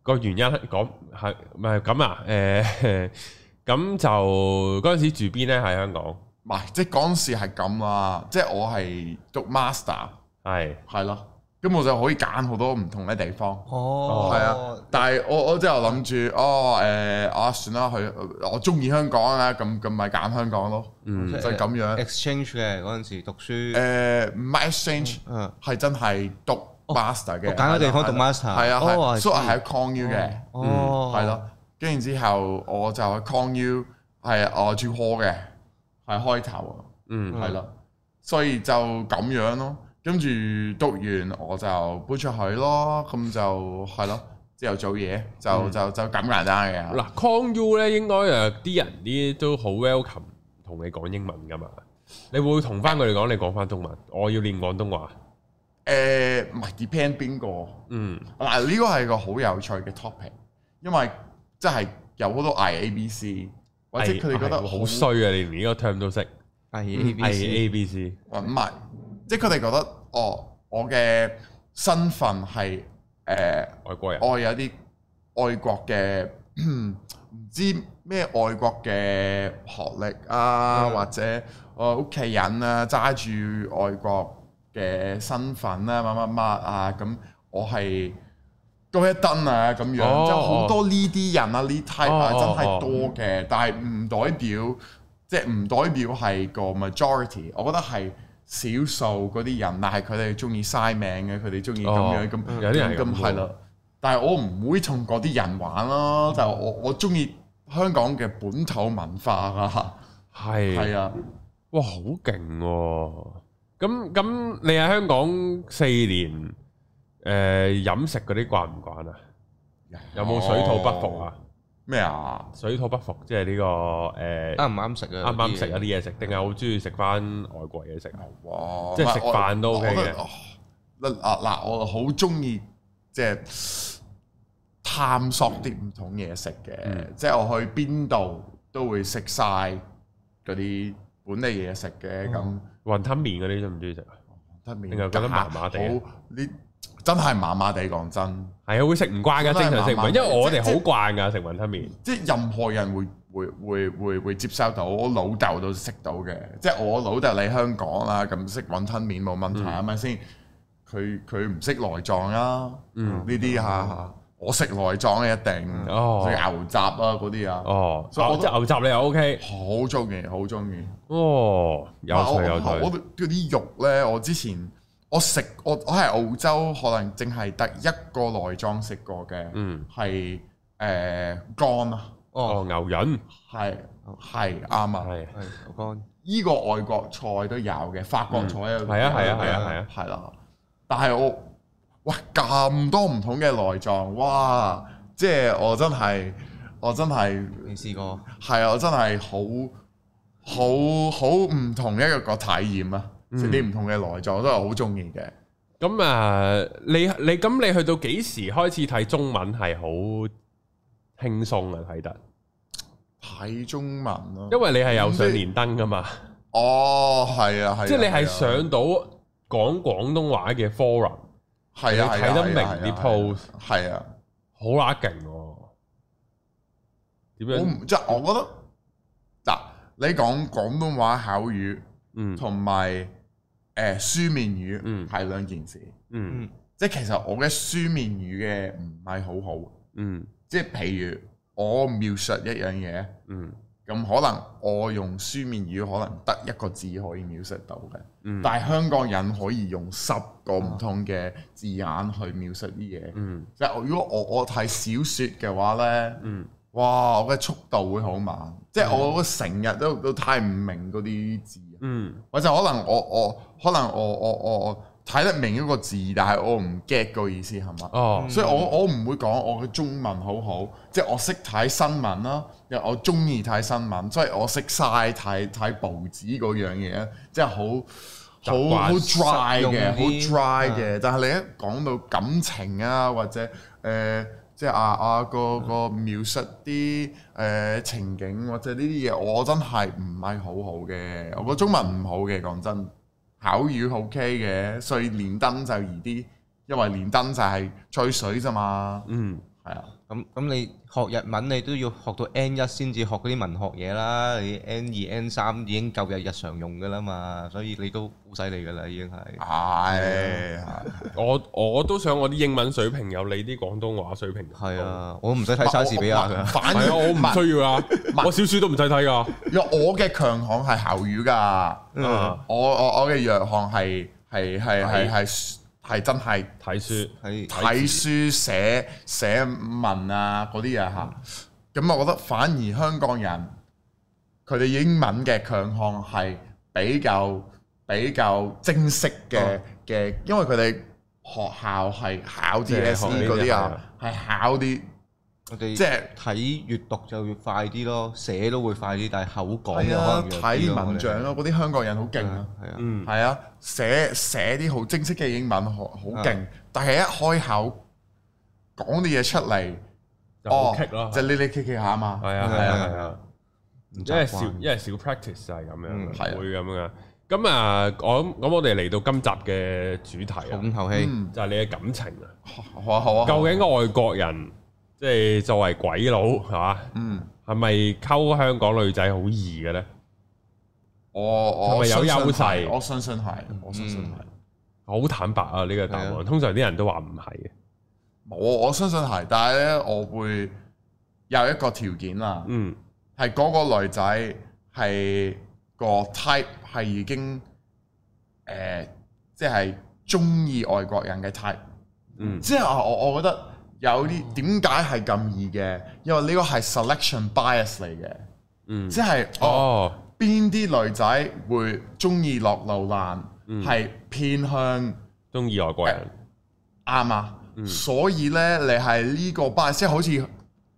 Speaker 1: 個原因係講係唔係咁啊？誒、 咁就嗰陣時住邊呢？喺香港
Speaker 3: 唔係即係嗰陣時係咁啦，即係我係讀 master
Speaker 1: 係
Speaker 3: 係咯，咁我就可以揀好多唔同嘅地方。
Speaker 2: 哦，
Speaker 3: 係啊，但係我我之後諗住，哦誒，呃啊算啦，去我中意香港啊，咁咁咪揀香港咯，
Speaker 1: 嗯
Speaker 3: 就係咁樣。
Speaker 2: exchange 嘅嗰陣時讀書，
Speaker 3: 誒唔係 exchange，
Speaker 2: 嗯
Speaker 3: 係真係讀 master 嘅，
Speaker 2: 我哦揀個地方讀 master
Speaker 3: 係啊，
Speaker 2: 哦
Speaker 3: 係，
Speaker 2: I
Speaker 3: 所以我
Speaker 2: see
Speaker 3: 係喺 con U 嘅，
Speaker 1: 嗯
Speaker 2: 哦，
Speaker 3: 係，咯。跟住之後我就喺 con U 係我住 hall 嘅，係開頭
Speaker 1: 嗯
Speaker 3: 啊，係咯，所以就咁樣咯。跟住讀完我就搬出去咯，咁就係咯，之後做嘢就就就咁簡單嘅。
Speaker 1: 嗯嗱 con U 咧，應該誒啲人啲都好 welcome 同你講英文噶嘛。你會同翻佢哋講，你講翻中文，我要練廣東話。
Speaker 3: 誒唔係 depend 邊個
Speaker 1: 嗯，
Speaker 3: 嗱？呢個係個好有趣嘅 topic，因為即係有好多 IABC 或者佢哋覺得
Speaker 1: 係好衰啊！你連呢個 term 都識
Speaker 2: 係 A B
Speaker 1: ，A
Speaker 2: C，
Speaker 1: A B C
Speaker 3: 唔係，即係佢哋覺得哦，我嘅身份係誒、呃
Speaker 1: 外國人。
Speaker 3: 我有啲外國嘅 唔知咩外國嘅學歷啊，
Speaker 2: 嗯
Speaker 3: 或者我屋企人啊揸住外國嘅身份啊，乜乜乜啊，咁我係高一登啊咁樣，即
Speaker 1: 哦
Speaker 3: 係好多呢啲人啊呢 type 啊，
Speaker 1: 哦
Speaker 3: 真
Speaker 1: 哦
Speaker 3: 係多嘅，但係唔代表即係唔代表係個 majority，我覺得係。少數嗰啲人，但係佢哋中意嘥命嘅，佢哋中意咁
Speaker 1: 哦
Speaker 3: 樣咁，
Speaker 1: 有啲人係咁
Speaker 3: 咁
Speaker 1: 喎
Speaker 3: 係啦。但係我唔會同嗰啲人玩
Speaker 1: 嗯
Speaker 3: 咯，就我我中意香港嘅本土文化啊，係
Speaker 1: 係
Speaker 3: 啊，
Speaker 1: 哇，好勁喎！咁咁，你喺香港四年，誒飲食嗰啲慣唔慣啊？有冇水土不服啊？
Speaker 3: 咩啊？
Speaker 1: 水土不服即係呢個誒
Speaker 2: 啱唔啱食啊？
Speaker 1: 啱啱食嗰
Speaker 2: 嗰
Speaker 1: 啲嘢食，定係好中意食翻外國嘢食啊？
Speaker 3: 嗯哇！
Speaker 1: 即係
Speaker 3: 唔係
Speaker 1: 食
Speaker 3: 我
Speaker 1: 飯都 OK 嘅
Speaker 3: 我覺得哦嗱嗱嗱，我好中意即係探索啲唔同嘢食嘅，
Speaker 1: 嗯
Speaker 3: 即係我去邊度都會食晒嗰啲本地嘢食
Speaker 1: 嗯
Speaker 3: 嘅咁。
Speaker 1: 雲吞麵嗰啲中唔中意食啊？
Speaker 3: 得面
Speaker 1: 定係覺得麻麻地啊
Speaker 3: 好呢真係麻麻地講真。
Speaker 1: 係啊，會食唔慣噶，正
Speaker 3: 真係
Speaker 1: 常食唔慣，
Speaker 3: 麻麻
Speaker 1: 因為我哋好慣噶食雲吞麵。
Speaker 3: 即係任何人會會會會會接收到，我老豆都識到嘅。即係我老豆嚟香港啦，咁識雲吞面冇問題，啊係咪先？佢佢唔識內臟啦，
Speaker 1: 嗯
Speaker 3: 呢啲嚇我食內臟嘅一定，
Speaker 1: 哦
Speaker 3: 食牛雜啊嗰啲啊，
Speaker 1: 哦，
Speaker 3: 所以我
Speaker 1: 牛
Speaker 3: 都
Speaker 1: 雜牛雜你又 OK，
Speaker 3: 好中意，好中意。
Speaker 1: 哦，有趣有
Speaker 3: 我我
Speaker 1: 趣，
Speaker 3: 嗰啲肉咧，我之前我食我我喺澳洲可能淨係得一個內臟食過嘅，
Speaker 1: 嗯，
Speaker 3: 係誒肝啊，
Speaker 1: 哦
Speaker 2: 哦，
Speaker 1: 牛潤，
Speaker 3: 係係啱啊！
Speaker 1: 係
Speaker 2: 係牛肝，
Speaker 3: 依個外國菜都有嘅，法國菜有，
Speaker 1: 係啊係啊係啊係啊，
Speaker 3: 係啦。但係我哇咁多唔同嘅內臟，哇！即係我真係我真係
Speaker 2: 你試過？
Speaker 3: 係啊！我真係好好好唔同一個個體驗啊！
Speaker 1: 嗯
Speaker 3: 食啲唔同嘅內臟我都係好中意嘅。
Speaker 1: 咁啊，你你咁你去到幾時開始睇中文係好輕鬆啊？睇得，
Speaker 3: 睇中文咯，
Speaker 1: 因為你係
Speaker 3: 嗯
Speaker 1: 有上連登噶嘛，
Speaker 3: 哦係啊係啊，
Speaker 1: 即係你係
Speaker 3: 啊
Speaker 1: 上到講廣東話嘅 forum，
Speaker 3: 係啊
Speaker 1: 你
Speaker 3: 係啊
Speaker 1: 睇得明
Speaker 3: 係啊
Speaker 1: 啲
Speaker 3: 係啊
Speaker 1: post
Speaker 3: 係啊。
Speaker 1: 好乸勁喎！點
Speaker 3: 我
Speaker 1: 樣？
Speaker 3: 唔即係我覺得嗱，你講廣東話口語
Speaker 1: 嗯
Speaker 3: 同埋誒書面語
Speaker 1: 嗯
Speaker 3: 係兩件事，
Speaker 1: 嗯
Speaker 3: 即係其實我嘅書面語嘅唔係好好，
Speaker 1: 嗯
Speaker 3: 即係譬如我描述一樣嘢，
Speaker 1: 嗯
Speaker 3: 咁可能我用書面語可能得一個字可以描述到嘅，
Speaker 1: 嗯，
Speaker 3: 但係香港人可以用十個唔同嘅字眼去描述啲嘢，
Speaker 1: 嗯
Speaker 3: 即係如果我我睇小説嘅話呢。
Speaker 1: 嗯
Speaker 3: 哇！我嘅速度會好慢，即係我成日都都睇唔明嗰啲字，啊
Speaker 1: 嗯
Speaker 3: 或者可能我我可能我我我我睇得明一個字，但係我唔 get 個意思係嘛？
Speaker 1: 哦
Speaker 3: 所以我我唔會講我嘅中文好好，即係我識睇新聞啦，因為我中意睇新聞，所以我識晒睇睇報紙嗰樣嘢，即係好
Speaker 1: 習慣
Speaker 3: 好好 dry
Speaker 2: 實用
Speaker 3: 嘅，好
Speaker 2: 啲
Speaker 3: dry 嘅。但係你一講到感情啊，或者誒、呃即係啊啊個個描述啲誒、呃情景或者呢啲嘢，我真係唔係好好嘅。我個中文唔好嘅，講真，口語 OK 嘅，所以連登就易啲。因為連登就係吹水咋嘛，
Speaker 1: 嗯
Speaker 3: 係啊，
Speaker 2: 咁咁你學日文你都要學到 N 一先至學嗰啲文學嘢啦，你 N 二 N 三已經夠日日常用噶啦嘛，所以你都好犀利噶啦已經係。
Speaker 3: 係係
Speaker 1: 我我都想我啲英文水平有你啲廣東話水平咁高
Speaker 2: 係，啊，我唔使睇莎士比亞㗎。
Speaker 3: 反
Speaker 1: 係啊，我 唔
Speaker 3: 係
Speaker 1: 需要啊，我小書都唔使睇噶，
Speaker 3: 若我嘅強項係口語㗎，
Speaker 1: 嗯
Speaker 3: 我我我嘅弱項係係係係係係真係
Speaker 1: 睇書
Speaker 2: 係
Speaker 3: 睇書寫寫文啊嗰啲嘢嚇。咁我覺得反而香港人佢哋英文嘅強項係比較比較精式嘅嘅，因為佢哋學校係考
Speaker 1: 即係學呢
Speaker 3: DSE
Speaker 1: 啲
Speaker 3: 嗰啲啊，係考啲
Speaker 2: 我哋
Speaker 3: 即係
Speaker 2: 睇閱讀就要快啲咯，寫都會快啲，但係口講就可
Speaker 3: 係
Speaker 2: 能
Speaker 3: 啊
Speaker 2: 弱啲
Speaker 3: 睇
Speaker 2: 咯
Speaker 3: 文章。咯，嗰啲香港人好
Speaker 2: 我哋
Speaker 3: 勁啊！
Speaker 2: 係啊，
Speaker 1: 嗯
Speaker 3: 係啊，寫寫啲好精式嘅英文，好好
Speaker 1: 啊
Speaker 3: 勁，但係一開口講啲嘢出嚟，哦
Speaker 1: 就好棘咯，
Speaker 3: 就你你企企下嘛，
Speaker 1: 係啊係啊係啊。
Speaker 2: 唔
Speaker 1: 因為少，
Speaker 2: 習慣
Speaker 1: 因為少 practice 就係咁
Speaker 2: 嗯
Speaker 1: 樣
Speaker 3: 係
Speaker 1: 嘅，
Speaker 3: 啊
Speaker 1: 會咁樣嘅。咁啊，我咁我哋嚟到今集嘅主題啊，
Speaker 2: 重頭戲。
Speaker 3: 嗯，
Speaker 1: 就係你嘅感情啊。
Speaker 3: 好啊好啊，
Speaker 1: 究竟外國人即係作為鬼佬係嘛，
Speaker 3: 嗯，
Speaker 1: 係咪溝香港女仔好易嘅咧？
Speaker 3: 我
Speaker 1: 係
Speaker 3: 我
Speaker 1: 咪有
Speaker 3: 相信
Speaker 1: 優勢嗯
Speaker 3: 係我相信係，我相信係，
Speaker 1: 好坦白啊，呢個答
Speaker 2: 係
Speaker 1: 案，通常啲人都話唔係嘅。
Speaker 3: 我我相信係，但係咧我會有一個條件啦，
Speaker 1: 嗯
Speaker 3: 係嗰個女仔係個 type 係已經誒，即係中意外國人嘅 type。
Speaker 1: 嗯
Speaker 3: 即係我我覺得有啲點解係咁易嘅，因為呢個係 selection bias 嚟嘅，
Speaker 1: 嗯，
Speaker 3: 即係哦
Speaker 1: 哦，
Speaker 3: 邊啲女仔會中意落流難，係、偏向
Speaker 1: 中意外國人，
Speaker 3: 啱啊，所以呢，你係呢個 bias，即係好似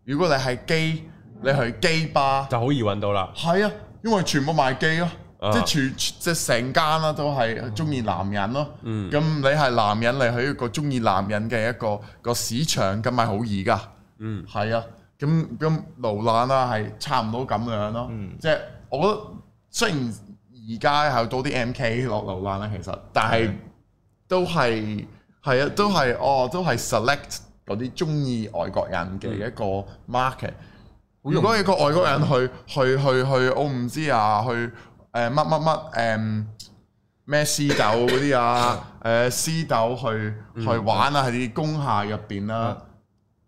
Speaker 3: 如果你係基，你去基吧，
Speaker 1: 就好易揾到啦。
Speaker 3: 係啊，因為全部賣基咯。
Speaker 1: 啊
Speaker 3: 即係全即係成間啦，都係中意男人咯。咁、
Speaker 1: 嗯
Speaker 3: 你係男人，你去一個中意男人嘅一個個市場，咁咪好易噶。
Speaker 1: 嗯
Speaker 3: 係啊，咁咁流難啦，係差唔多咁樣咯。
Speaker 1: 嗯
Speaker 3: 即係我覺得雖然而家係有多啲 MK 落流難啦，其實，但係都係係啊，都係哦，都係 select 嗰啲中意外國人
Speaker 1: 嗯
Speaker 3: 嘅一個 market。如果一個外國人去去去去，我唔知啊，去誒乜乜乜誒咩私竇嗰啲 啊，誒私竇去
Speaker 2: 嗯
Speaker 3: 去玩啊，喺啲工廈入邊啦。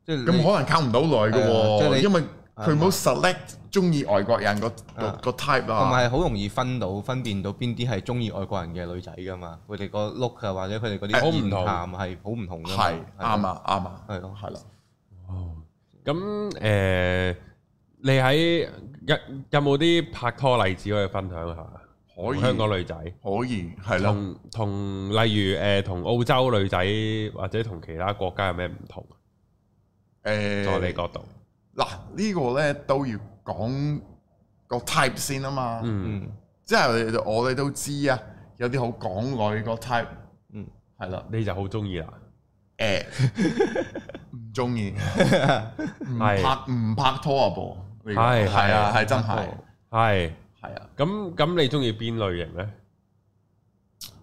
Speaker 2: 即係
Speaker 3: 咁
Speaker 2: 啊你
Speaker 3: 可能溝唔到女嘅
Speaker 2: 係啊即係
Speaker 3: 喎，
Speaker 2: 你
Speaker 3: 因為佢冇 select 中意外國人個個
Speaker 2: 啊
Speaker 3: 個 type
Speaker 2: 同
Speaker 3: 啊。
Speaker 2: 埋係好容易分到分辨到邊啲係中意外國人嘅女仔噶嘛，佢哋個 look 啊或者佢哋嗰
Speaker 1: 好
Speaker 2: 啲
Speaker 1: 唔
Speaker 2: 言
Speaker 1: 同
Speaker 2: 談係好唔同噶嘛，
Speaker 3: 係啱
Speaker 2: 啊，
Speaker 3: 啊啱啊，
Speaker 2: 係咯
Speaker 3: 係啦。
Speaker 1: 哦，咁誒、呃你喺有有冇啲拍拖例子可以分享下？
Speaker 3: 可以
Speaker 1: 香港女仔
Speaker 3: 可以係啦，
Speaker 1: 同同例如誒同澳洲女仔或者同其他國家有咩唔同？
Speaker 3: 誒，
Speaker 1: 在你角度，
Speaker 3: 嗱呢個咧都要講個 type 先啊嘛，
Speaker 1: 嗯
Speaker 2: 嗯，
Speaker 3: 即係我哋都知啊，有啲好港女個 type，
Speaker 2: 嗯，
Speaker 3: 係啦，
Speaker 1: 你就好中意啦。
Speaker 3: 誒唔中意， 唔
Speaker 1: 係
Speaker 3: 拍唔拍拖啊噃，呢個
Speaker 1: 係
Speaker 3: 係啊
Speaker 1: 係
Speaker 3: 係真係
Speaker 1: 係
Speaker 3: 係啊，
Speaker 1: 咁咁，你中意邊類型咧？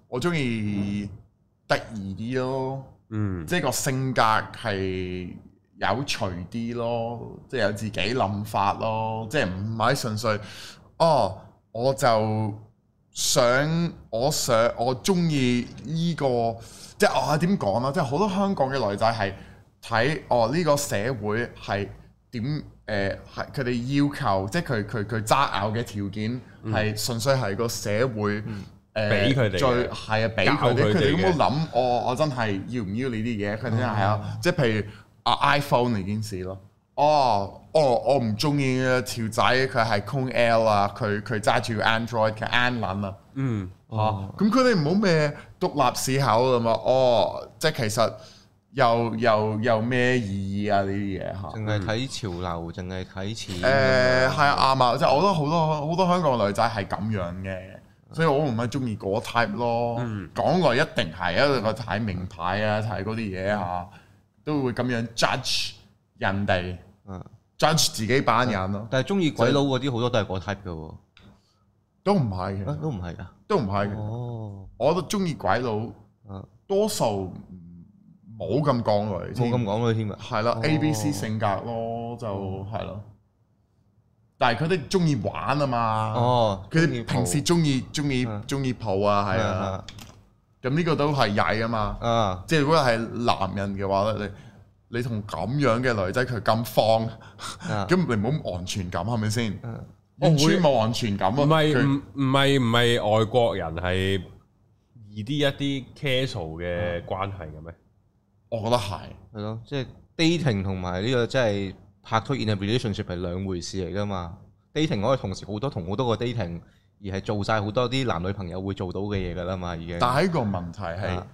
Speaker 3: 我中意得意啲咯。
Speaker 1: 嗯
Speaker 3: 即係個性格係有趣啲咯，即係有自己諗法咯，即係唔係純粹哦，我就想我想我中意呢個，即係我點講啊啦，即係好多香港嘅女仔係睇哦呢個社會係點誒，係佢哋要求，即係佢佢佢揸咬嘅條件係純粹係個社會誒
Speaker 1: 嗯俾佢哋嘅
Speaker 3: 最係啊俾
Speaker 1: 教佢
Speaker 3: 佢哋，佢哋
Speaker 1: 哋
Speaker 3: 咁
Speaker 1: 嘅
Speaker 3: 樣諗我我真係要唔要你啲嘢？佢真係啊，即係譬如啊 iPhone 呢件事咯。哦，哦，我唔中意啊條仔，佢係空 L 啊，佢佢揸住個 Android 嘅 An 撚啊，
Speaker 1: 嗯
Speaker 2: 哦，
Speaker 3: 咁佢哋唔好咩獨立思考啊嘛。哦，即係其實又又又咩意義啊呢啲嘢嚇。
Speaker 2: 淨係
Speaker 3: 嗯
Speaker 2: 睇潮流，淨係睇錢咁
Speaker 3: 誒
Speaker 2: 樣，
Speaker 3: 係啊啱啊，即係我覺得好多好多香港女仔係咁樣嘅，
Speaker 2: 嗯
Speaker 3: 所以我唔係中意嗰 type 咯。港女一定係啊，因為睇名牌啊，睇嗰啲嘢啊，都會咁樣 judge 人哋
Speaker 2: 嗯，
Speaker 3: judge 自己班人咯，
Speaker 2: 但係中意鬼佬嗰啲好多都係嗰 type 嘅喎，
Speaker 3: 都唔係
Speaker 2: 啊
Speaker 3: 嘅，
Speaker 2: 都唔係㗎，
Speaker 3: 都唔係嘅。
Speaker 2: 哦，
Speaker 3: 我都中意鬼佬，
Speaker 2: 啊
Speaker 3: 多數冇咁港女
Speaker 2: 冇
Speaker 3: 添，
Speaker 2: 咁講佢添㗎，
Speaker 3: 係啦
Speaker 2: 哦嗯
Speaker 3: ，A、B、C 性格咯，就係咯。但係佢哋中意玩啊嘛。
Speaker 2: 哦，
Speaker 3: 佢
Speaker 2: 中意
Speaker 3: 哋平時中意中意
Speaker 2: 嗯
Speaker 3: 中意抱啊，
Speaker 2: 蒲
Speaker 3: 係啊，咁呢個都係曳啊嘛。
Speaker 2: 啊，
Speaker 3: 即係如果係男人嘅話咧，你你同咁樣嘅女仔佢咁放，
Speaker 2: 啊
Speaker 3: 咁你冇咁安全感係咪先？
Speaker 2: 嗯
Speaker 3: 完全冇安全感啊！
Speaker 1: 唔係
Speaker 3: 佢
Speaker 1: 唔唔係唔係外國人係易啲一啲 casual 嘅關係嘅咩？
Speaker 3: 我覺得係
Speaker 2: 係咯，即係 dating 同埋呢個即係拍拖 in a relationship 係兩回事嚟噶嘛。dating 可以同時好多同好多個 dating，而係做晒好多啲男女朋友會做到嘅嘢噶啦嘛，已經。
Speaker 3: 但係一個問題係
Speaker 2: 啊，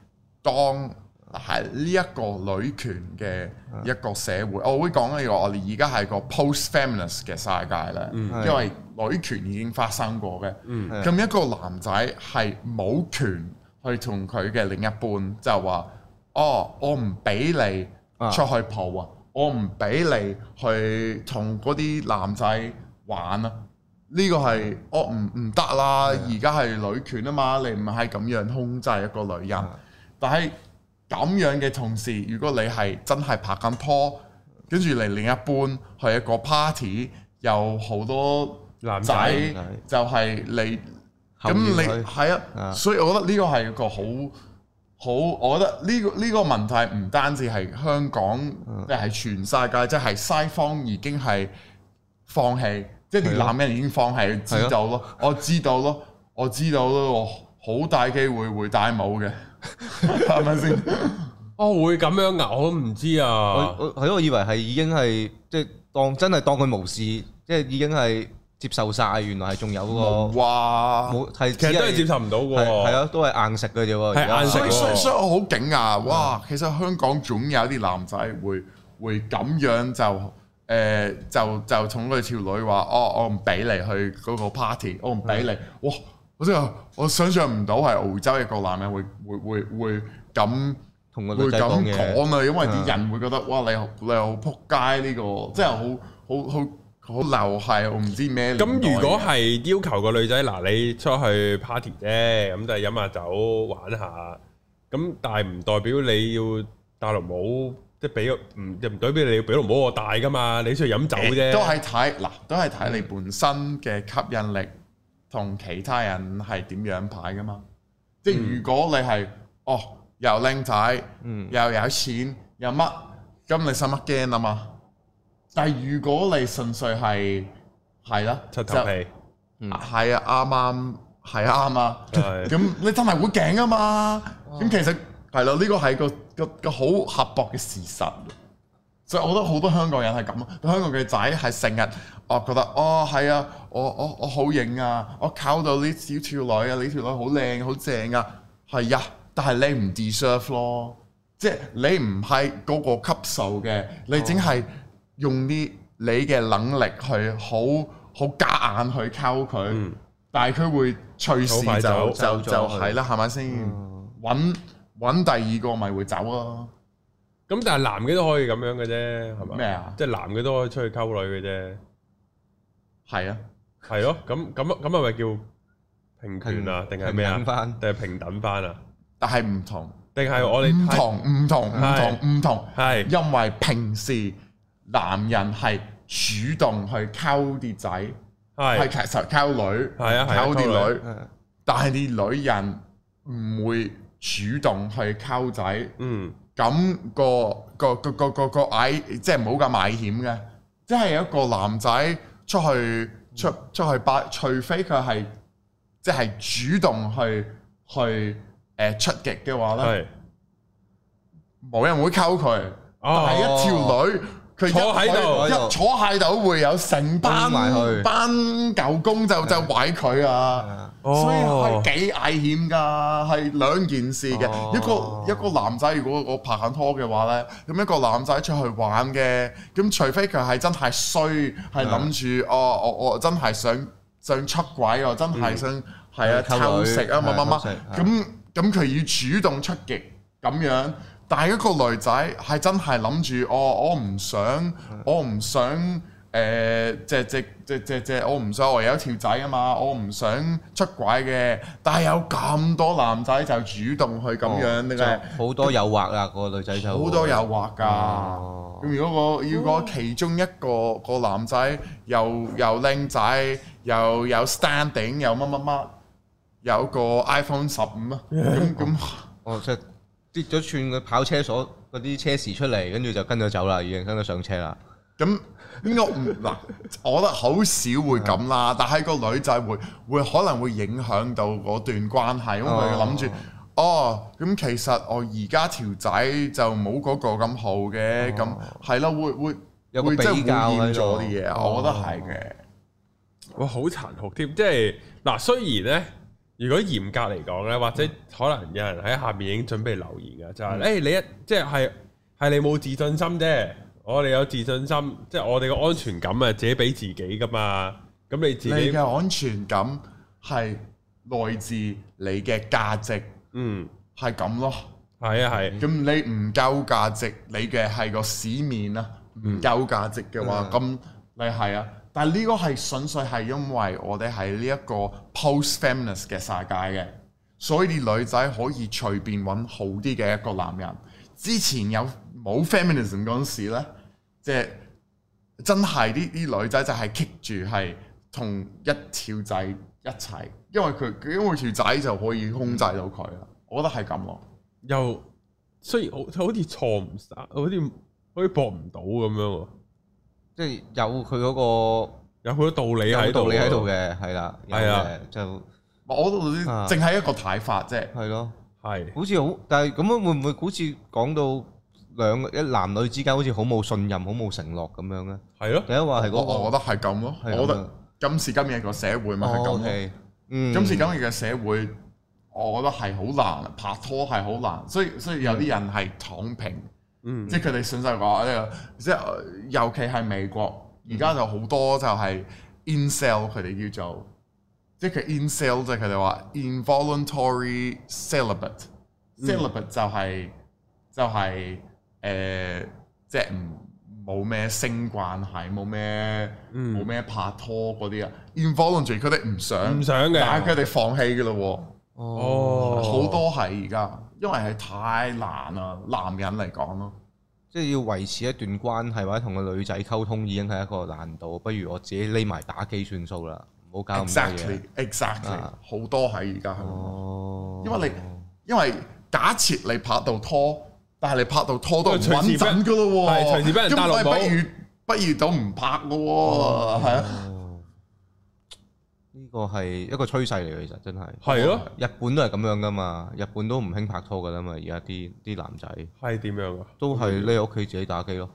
Speaker 3: 當喺呢一個女權嘅一個社會，我會講呢個我哋而家係個 post feminist 嘅世界咧，
Speaker 2: 嗯
Speaker 3: 因為女權已經發生過嘅。
Speaker 1: 嗯
Speaker 2: 係
Speaker 3: 咁一個男仔係冇權去同佢嘅另一半就話：哦，我唔俾你
Speaker 2: 啊
Speaker 3: 出去蒲啊，我唔俾你去同嗰啲男仔玩啊。呢個係我唔唔得啦，而家係女權啊嘛，你唔係咁樣控制一個女人。但係咁樣嘅同時，如果你係真係拍緊拖，跟住你另一半去一個 party，有好多
Speaker 1: 男仔
Speaker 3: 仔就係你
Speaker 2: 後
Speaker 3: 咁
Speaker 2: 面
Speaker 3: 你
Speaker 2: 佢
Speaker 3: 係啊，
Speaker 2: 啊
Speaker 3: 所以我覺得呢個係一個好好，我覺得呢、個呢、個問題唔單止係香港，
Speaker 2: 嗯
Speaker 3: 即係、全世界，即係西方已經係放棄，即係啲
Speaker 2: 係咯
Speaker 3: 男人已經放棄，
Speaker 2: 係咯
Speaker 3: 知道咯，我知道咯，我知道咯，我好大機會會戴帽嘅， 係咪先？
Speaker 1: 哦，會咁樣啊？我都唔知
Speaker 2: 我
Speaker 1: 啊。
Speaker 2: 我係咯，我以為係已經係即係當真係當佢無視，即係已經係接受晒。原來係仲有個
Speaker 3: 哇！
Speaker 2: 哦冇係
Speaker 1: 其實都係接受
Speaker 2: 受
Speaker 1: 唔到嘅
Speaker 2: 係係
Speaker 1: 喎。
Speaker 2: 啊，都係硬食嘅啫喎。
Speaker 1: 係
Speaker 2: 而家
Speaker 1: 硬食
Speaker 3: 所以所以
Speaker 1: 喎
Speaker 3: 所以我好勁啊！哇，其實香港總有啲男仔會會咁樣就誒、呃就就同佢條女話：哦，我唔俾你去嗰個 party，我唔俾你。哇！我真係我想象唔到係澳洲一個男人會會會會咁
Speaker 2: 同個
Speaker 3: 會
Speaker 2: 女仔講
Speaker 3: 咁
Speaker 2: 嘢，
Speaker 3: 講啊，因為啲
Speaker 2: 嗯
Speaker 3: 人會覺得哇你好你好撲街呢個，即係好好好好流係我唔知咩年代啊嘅。
Speaker 1: 咁如果係要求個女仔嗱，你出去 party 啫，咁就係飲下酒玩下，咁但係唔代表你要戴綠帽，即係俾唔就唔代表你要俾綠帽我戴噶嘛，你出去飲酒啫。
Speaker 3: 都係睇嗱，都係睇你本身嘅吸引力同其他人係點樣排噶嘛。即係如果你係哦又靚仔，
Speaker 2: 嗯
Speaker 3: 又有錢，又乜，咁你使乜驚啊嘛？但係如果你純粹係係啦，
Speaker 1: 七頭皮，
Speaker 3: 就係啊，啱啱係啱啊，
Speaker 1: 嗯係
Speaker 3: 咁你真係會驚啊嘛。咁其實係啦，呢個係個個個好刻薄嘅事實。所以我覺得好多香港人係咁，啊香港嘅仔係成日我覺得哦係啊，我我我好型啊，我溝到呢小條女啊，呢條女好靚好正啊，係啊，但係你唔 deserve 咯，即係你唔係嗰個級數嘅，你淨係用啲你嘅能力去好好夾硬去溝佢，
Speaker 1: 嗯
Speaker 3: 但係佢會隨時
Speaker 1: 好快走嗯
Speaker 3: 就就就
Speaker 2: 走咗去
Speaker 3: 係啦，係咪先？揾揾第二個咪會走咯，
Speaker 1: 咁但係男嘅都可以咁樣嘅啫，係咪？
Speaker 3: 咩啊
Speaker 1: 即係男嘅都可以出去溝女嘅啫，
Speaker 3: 係啊。
Speaker 1: 係咯。咁咁咁係咪叫平權啊？定係咩啊
Speaker 2: 平？反
Speaker 1: 定係平等翻啊？
Speaker 3: 但係唔同，
Speaker 1: 定係我哋
Speaker 3: 嗯唔
Speaker 1: 太
Speaker 3: 同，唔同，唔
Speaker 1: 係
Speaker 3: 同，唔同，
Speaker 1: 係
Speaker 3: 因為平時男人係主動去溝啲仔，係
Speaker 1: 係
Speaker 3: 其實溝女，
Speaker 1: 係啊係啊溝
Speaker 3: 溝啲
Speaker 1: 女
Speaker 3: 女，但係啲女人唔會主動去溝仔，
Speaker 1: 嗯
Speaker 3: 咁、個個個個個個矮，即係冇咁危險嘅，即係有一個男仔出去出出去八，除非佢係即係主動去去誒、呃出擊嘅話咧。
Speaker 1: 係啊
Speaker 3: 冇人會溝佢，但
Speaker 1: 哦
Speaker 3: 係一條女佢一
Speaker 1: 坐喺度
Speaker 3: 一坐喺度會有成
Speaker 2: 擁
Speaker 3: 班
Speaker 2: 埋去
Speaker 3: 班狗公就就毀佢啊！所以
Speaker 1: 哦
Speaker 3: 係幾危險㗎，係兩件事嘅。
Speaker 2: 哦
Speaker 3: 一個一個男仔如果我拍緊拖嘅話咧，咁一個男仔出去玩嘅，咁除非佢係真係衰，係諗住哦，我我真係想想出軌，我真係想係
Speaker 2: 嗯
Speaker 3: 啊
Speaker 2: 溝女
Speaker 3: 偷食啊乜乜
Speaker 2: 係偷食
Speaker 3: 乜，咁咁佢要主動出擊咁樣。但係一個女仔係真係諗住，哦我我唔想，我唔想誒，即即即即即我唔想我有一條仔啊嘛，我唔想出軌嘅。但係有咁多男仔就主動去咁樣，你係
Speaker 2: 好多誘惑啦，個女仔哦就
Speaker 3: 好多誘惑㗎。
Speaker 2: 哦
Speaker 3: 咁如果我如果其中一個個男仔又又靚仔，又有 standing，又乜乜乜，有個 iPhone 十五啊，咁咁
Speaker 2: 哦，即係跌咗串個跑車鎖嗰啲車匙出嚟，跟住就跟咗走啦，已經跟咗上車啦。
Speaker 3: 咁應該唔嗱，我覺得好少會咁啦。但係個女仔會會可能會影響到嗰段關係，因為佢諗住哦，咁、其實我而家條仔就冇嗰個咁好嘅，咁係啦，會會
Speaker 2: 哦有個
Speaker 3: 會
Speaker 2: 比
Speaker 3: 即係
Speaker 2: 較
Speaker 3: 污染
Speaker 2: 喺
Speaker 3: 咗
Speaker 2: 度
Speaker 3: 啲嘢，
Speaker 2: 哦
Speaker 3: 我覺得係嘅。
Speaker 1: 哇，好殘酷添！即係嗱，雖然咧，如果嚴格嚟講咧，或
Speaker 3: 嗯
Speaker 1: 者可能有人喺下面已經準備留言嘅，就係、哎誒、你一即係係係你冇自信心啫，我哋有自信心，即係我哋嘅安全感啊，自己俾自己噶嘛。咁你自
Speaker 3: 你
Speaker 1: 己
Speaker 3: 嘅安全感係來自你嘅價值，
Speaker 1: 嗯
Speaker 3: 係咁咯。
Speaker 1: 係啊係，
Speaker 3: 咁你唔夠價值，你嘅係個市面啊，唔夠價值嘅話，咁、你係啊。但係呢個係純粹係因為我哋係呢一個 post feminist 嘅世界嘅，所以啲女仔可以隨便揾好啲嘅一個男人。之前有冇 feminism 嗰陣時咧，即係真係啲啲女仔就係棘住係同一條仔一齊，因為佢因為條仔就可以控制到佢啦。我覺得係咁咯。
Speaker 1: 又雖然好好似錯唔晒，好似好似搏唔到咁樣喎，
Speaker 2: 即係有佢嗰個
Speaker 1: 有好多道理喺
Speaker 2: 有
Speaker 1: 度，
Speaker 2: 道理喺度，嘅，係啦，有
Speaker 1: 係啊
Speaker 2: 嘅，就
Speaker 3: 我度啲
Speaker 2: 啊
Speaker 3: 淨係一個睇法啫，
Speaker 2: 係咯。
Speaker 1: 係
Speaker 2: 好似好，但係咁樣會唔會好似講到兩個一男女之間好似好冇信任、好冇承諾咁樣咧？
Speaker 1: 係咯，
Speaker 2: 第一話係
Speaker 3: 我
Speaker 2: 嗰個，
Speaker 3: 我覺得係咁咯。我
Speaker 2: 哦係咁啊
Speaker 3: 覺得今時今日個社會咪係
Speaker 2: 哦
Speaker 3: 咁咯。
Speaker 2: ，OK，嗯，
Speaker 3: 今時今日嘅社會，我覺得係好難拍拖係好難，所以所以有啲人係躺平，
Speaker 1: 嗯
Speaker 3: 即係佢哋信就話呢個，即係呃尤其係美國，而家就好多就係 incel 佢哋叫做，即係佢 incel 即係佢哋話 involuntary celibate。celibate
Speaker 1: 嗯
Speaker 3: 就係、就係、誒、即係唔冇咩性關係，冇咩
Speaker 1: 嗯
Speaker 3: 冇咩拍拖嗰啲啊。involuntary 佢哋唔想，
Speaker 1: 唔想嘅
Speaker 3: 但係佢哋放棄嘅咯喎，
Speaker 1: 哦，
Speaker 3: 好、多係而家，因為係太難啦，男人嚟講咯。
Speaker 2: 即係要維持一段關係或者同個女仔溝通已經係一個難度，不如我自己匿埋打機算數啦，唔好搞咁多嘢
Speaker 3: exactly。exactly
Speaker 2: 啊
Speaker 3: 好多喺而家係咁咯，
Speaker 2: 哦，
Speaker 3: 因為你因為假設你拍到拖，但係你拍到拖都唔
Speaker 1: 因為隨
Speaker 3: 穩
Speaker 1: 時俾人
Speaker 3: 陣噶咯喎，
Speaker 1: 係隨時俾人
Speaker 3: 咁
Speaker 1: 戴綠帽
Speaker 3: 不如不如都唔拍咯喎，係啊。
Speaker 2: 哦呢個係一個趨勢嚟嘅，其實真係。
Speaker 1: 係咯，
Speaker 2: 日本都係咁樣噶嘛，日本都唔興拍拖噶啦嘛，而家啲啲男仔
Speaker 1: 係點樣啊？
Speaker 3: 嗯
Speaker 2: 都係匿喺屋企自己打機咯。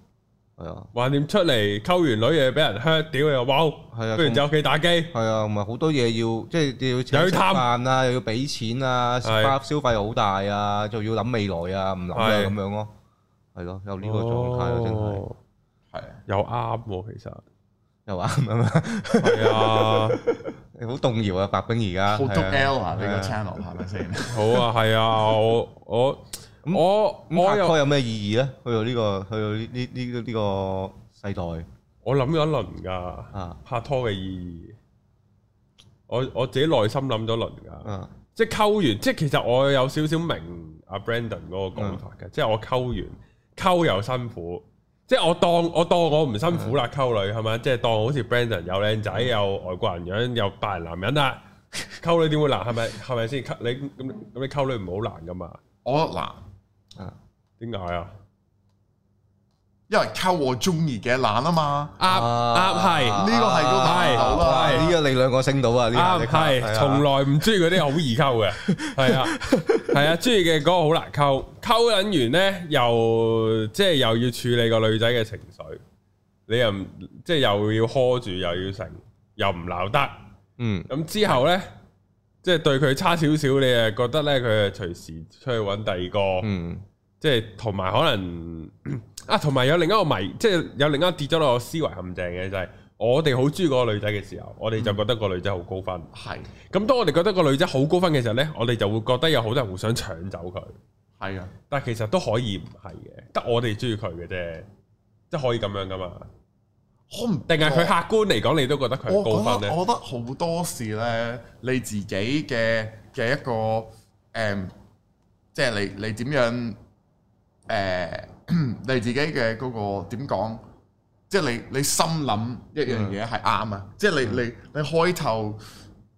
Speaker 2: 係啊，
Speaker 1: 橫掂出嚟溝完女又俾人 hurt，屌你又冇，
Speaker 2: 係啊，
Speaker 1: 不如就屋企打機。
Speaker 2: 係啊，同埋好多嘢要即係你要請
Speaker 1: 又要
Speaker 2: 食
Speaker 1: 貪
Speaker 2: 飯啊，又要俾錢啊，
Speaker 1: 係
Speaker 2: 花消費好大啊，仲要諗未來啊，唔諗啊
Speaker 1: 係
Speaker 2: 咁樣咯，係咯，有呢個狀態啊咯，真 係
Speaker 1: 哦
Speaker 3: 係啊
Speaker 1: 又啱喎，其實
Speaker 2: 又話咁樣啊，
Speaker 1: 係 啊，
Speaker 2: 好動搖啊，白冰而家
Speaker 3: 好
Speaker 2: 係
Speaker 3: 足
Speaker 2: 啊
Speaker 3: L 啊！呢
Speaker 2: 係
Speaker 3: 個
Speaker 2: 啊
Speaker 3: channel 係咪先？
Speaker 1: 好啊，係啊，我我
Speaker 2: 咁
Speaker 1: 我
Speaker 2: 咁
Speaker 1: 我
Speaker 2: 拍
Speaker 1: 又
Speaker 2: 拖有咩意義咧？去到呢、個，去到呢呢呢呢個世代
Speaker 1: 我諗咗一輪㗎，
Speaker 2: 啊
Speaker 1: 拍拖嘅意義，我我自己內心諗咗輪㗎。
Speaker 2: 啊
Speaker 1: 即係溝完，即係其實我有少少明阿 Brandon 嗰個講法嘅，即係我溝完溝又辛苦，即係我當我當我唔辛苦啦，溝女係咪？即係當好似 Brandon 又靚仔又外國人樣又白人男人啦，溝女點會難？係咪係咪先？溝你咁咁你溝女唔好難噶嘛？
Speaker 3: 我嗱，
Speaker 2: 啊！
Speaker 1: 點解啊？
Speaker 3: 因為溝我中意嘅懶啊嘛，
Speaker 2: 啊
Speaker 1: 啱啱係
Speaker 3: 呢個係都難到啦
Speaker 2: 係呢個你兩個升到啊！呢下
Speaker 1: 啱
Speaker 2: 你
Speaker 1: 係，從來唔中意嗰啲好易溝嘅，係啊係啊，中意嘅嗰個好難溝，溝撚完咧又即係又要處理個女仔嘅情緒，你又唔即係又要呵住又要成，又唔鬧得，
Speaker 2: 嗯
Speaker 1: 咁之後咧即係對佢差少少，你又覺得咧佢係隨時出去揾第二個，
Speaker 2: 嗯
Speaker 1: 即係同埋可能 啊，同埋有另一個迷，即係有另一個跌咗落我思維陷阱嘅就係、我哋好中意嗰個女仔嘅時候，我哋就覺得個女仔好高分。
Speaker 3: 係
Speaker 1: 咁當我哋覺得個女仔好高分嘅時候呢，我哋就會覺得有好多人會想搶走佢，
Speaker 3: 係啊，
Speaker 1: 但係其實都可以唔係嘅，得我哋中意佢嘅啫，即係可以咁樣噶嘛？
Speaker 3: 我唔
Speaker 1: 定係佢客觀嚟講，你都覺得佢係高
Speaker 3: 我覺
Speaker 1: 分
Speaker 3: 得
Speaker 1: 呢？
Speaker 3: 我覺得好多時咧，你自己嘅嘅一個誒、即係你你點樣誒、 你自己嘅嗰、個點講？即係你你心諗一樣
Speaker 1: 嗯
Speaker 3: 嘢係啱啊！即係你你你開頭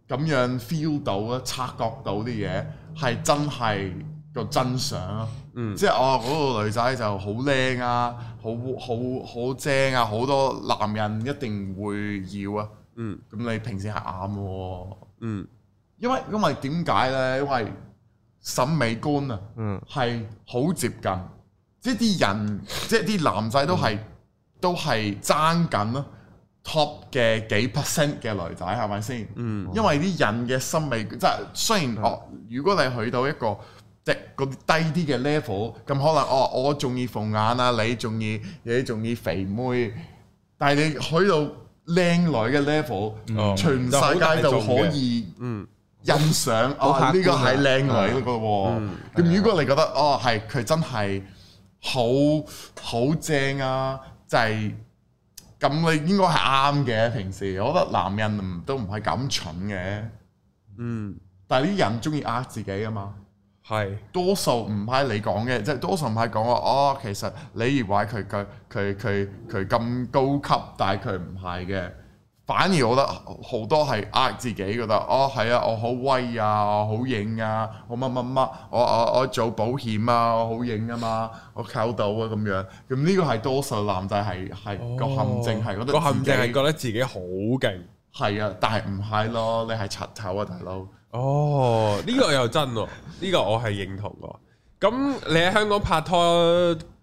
Speaker 3: 咁樣 feel 到啊，察覺到啲嘢係真係個真相啊！
Speaker 1: 嗯
Speaker 3: 即係哦，嗰、個女仔就好靚啊，好好好正啊，好多男人一定會要啊。
Speaker 1: 嗯
Speaker 3: 咁你平時係啱喎，
Speaker 1: 嗯
Speaker 3: 因為因為點解呢？因為審美觀啊，
Speaker 2: 嗯
Speaker 3: 係好接近，即係啲人，即係啲男仔都係、都係爭緊咯 top 嘅幾 percent 嘅女仔係咪先？
Speaker 1: 嗯
Speaker 3: 因為啲人嘅心理即係雖然哦，如果你去到一個即係嗰啲低啲嘅 level，咁可能哦，我中意鳳眼啊，你中意你中意肥妹，但係你去到靚女嘅 level，
Speaker 1: 哦
Speaker 3: 全世界就可以。
Speaker 1: 嗯
Speaker 3: 欣賞
Speaker 2: 好
Speaker 3: 啊！
Speaker 2: 客
Speaker 3: 呢個
Speaker 2: 觀啊嗯
Speaker 3: 係靚女嗰個喎。咁如果你覺得哦係佢真係好好正啊，就係咁你應該係啱嘅。平時我覺得男人唔都唔係咁蠢嘅，
Speaker 1: 嗯，
Speaker 3: 但係啲人中意呃自己啊嘛。
Speaker 1: 係
Speaker 3: 多數唔係你講嘅，即係多數唔係講話哦，其實你以為佢佢佢佢佢咁高級，但係佢唔係嘅。反而我覺得好多係呃自己，覺得哦係啊，我好威啊，我好型啊，我乜乜乜，我我我做保險啊，我好型啊嘛，我溝到啊咁樣。咁呢個係多數男仔係係個陷阱係覺得
Speaker 1: 哦個陷阱
Speaker 3: 自
Speaker 1: 係
Speaker 3: 己
Speaker 1: 覺得自己好勁。
Speaker 3: 係啊，但係唔係咯，你係柒頭啊大佬。
Speaker 1: 哦，呢、個又真喎，呢、個我係認同喎。咁你喺香港拍拖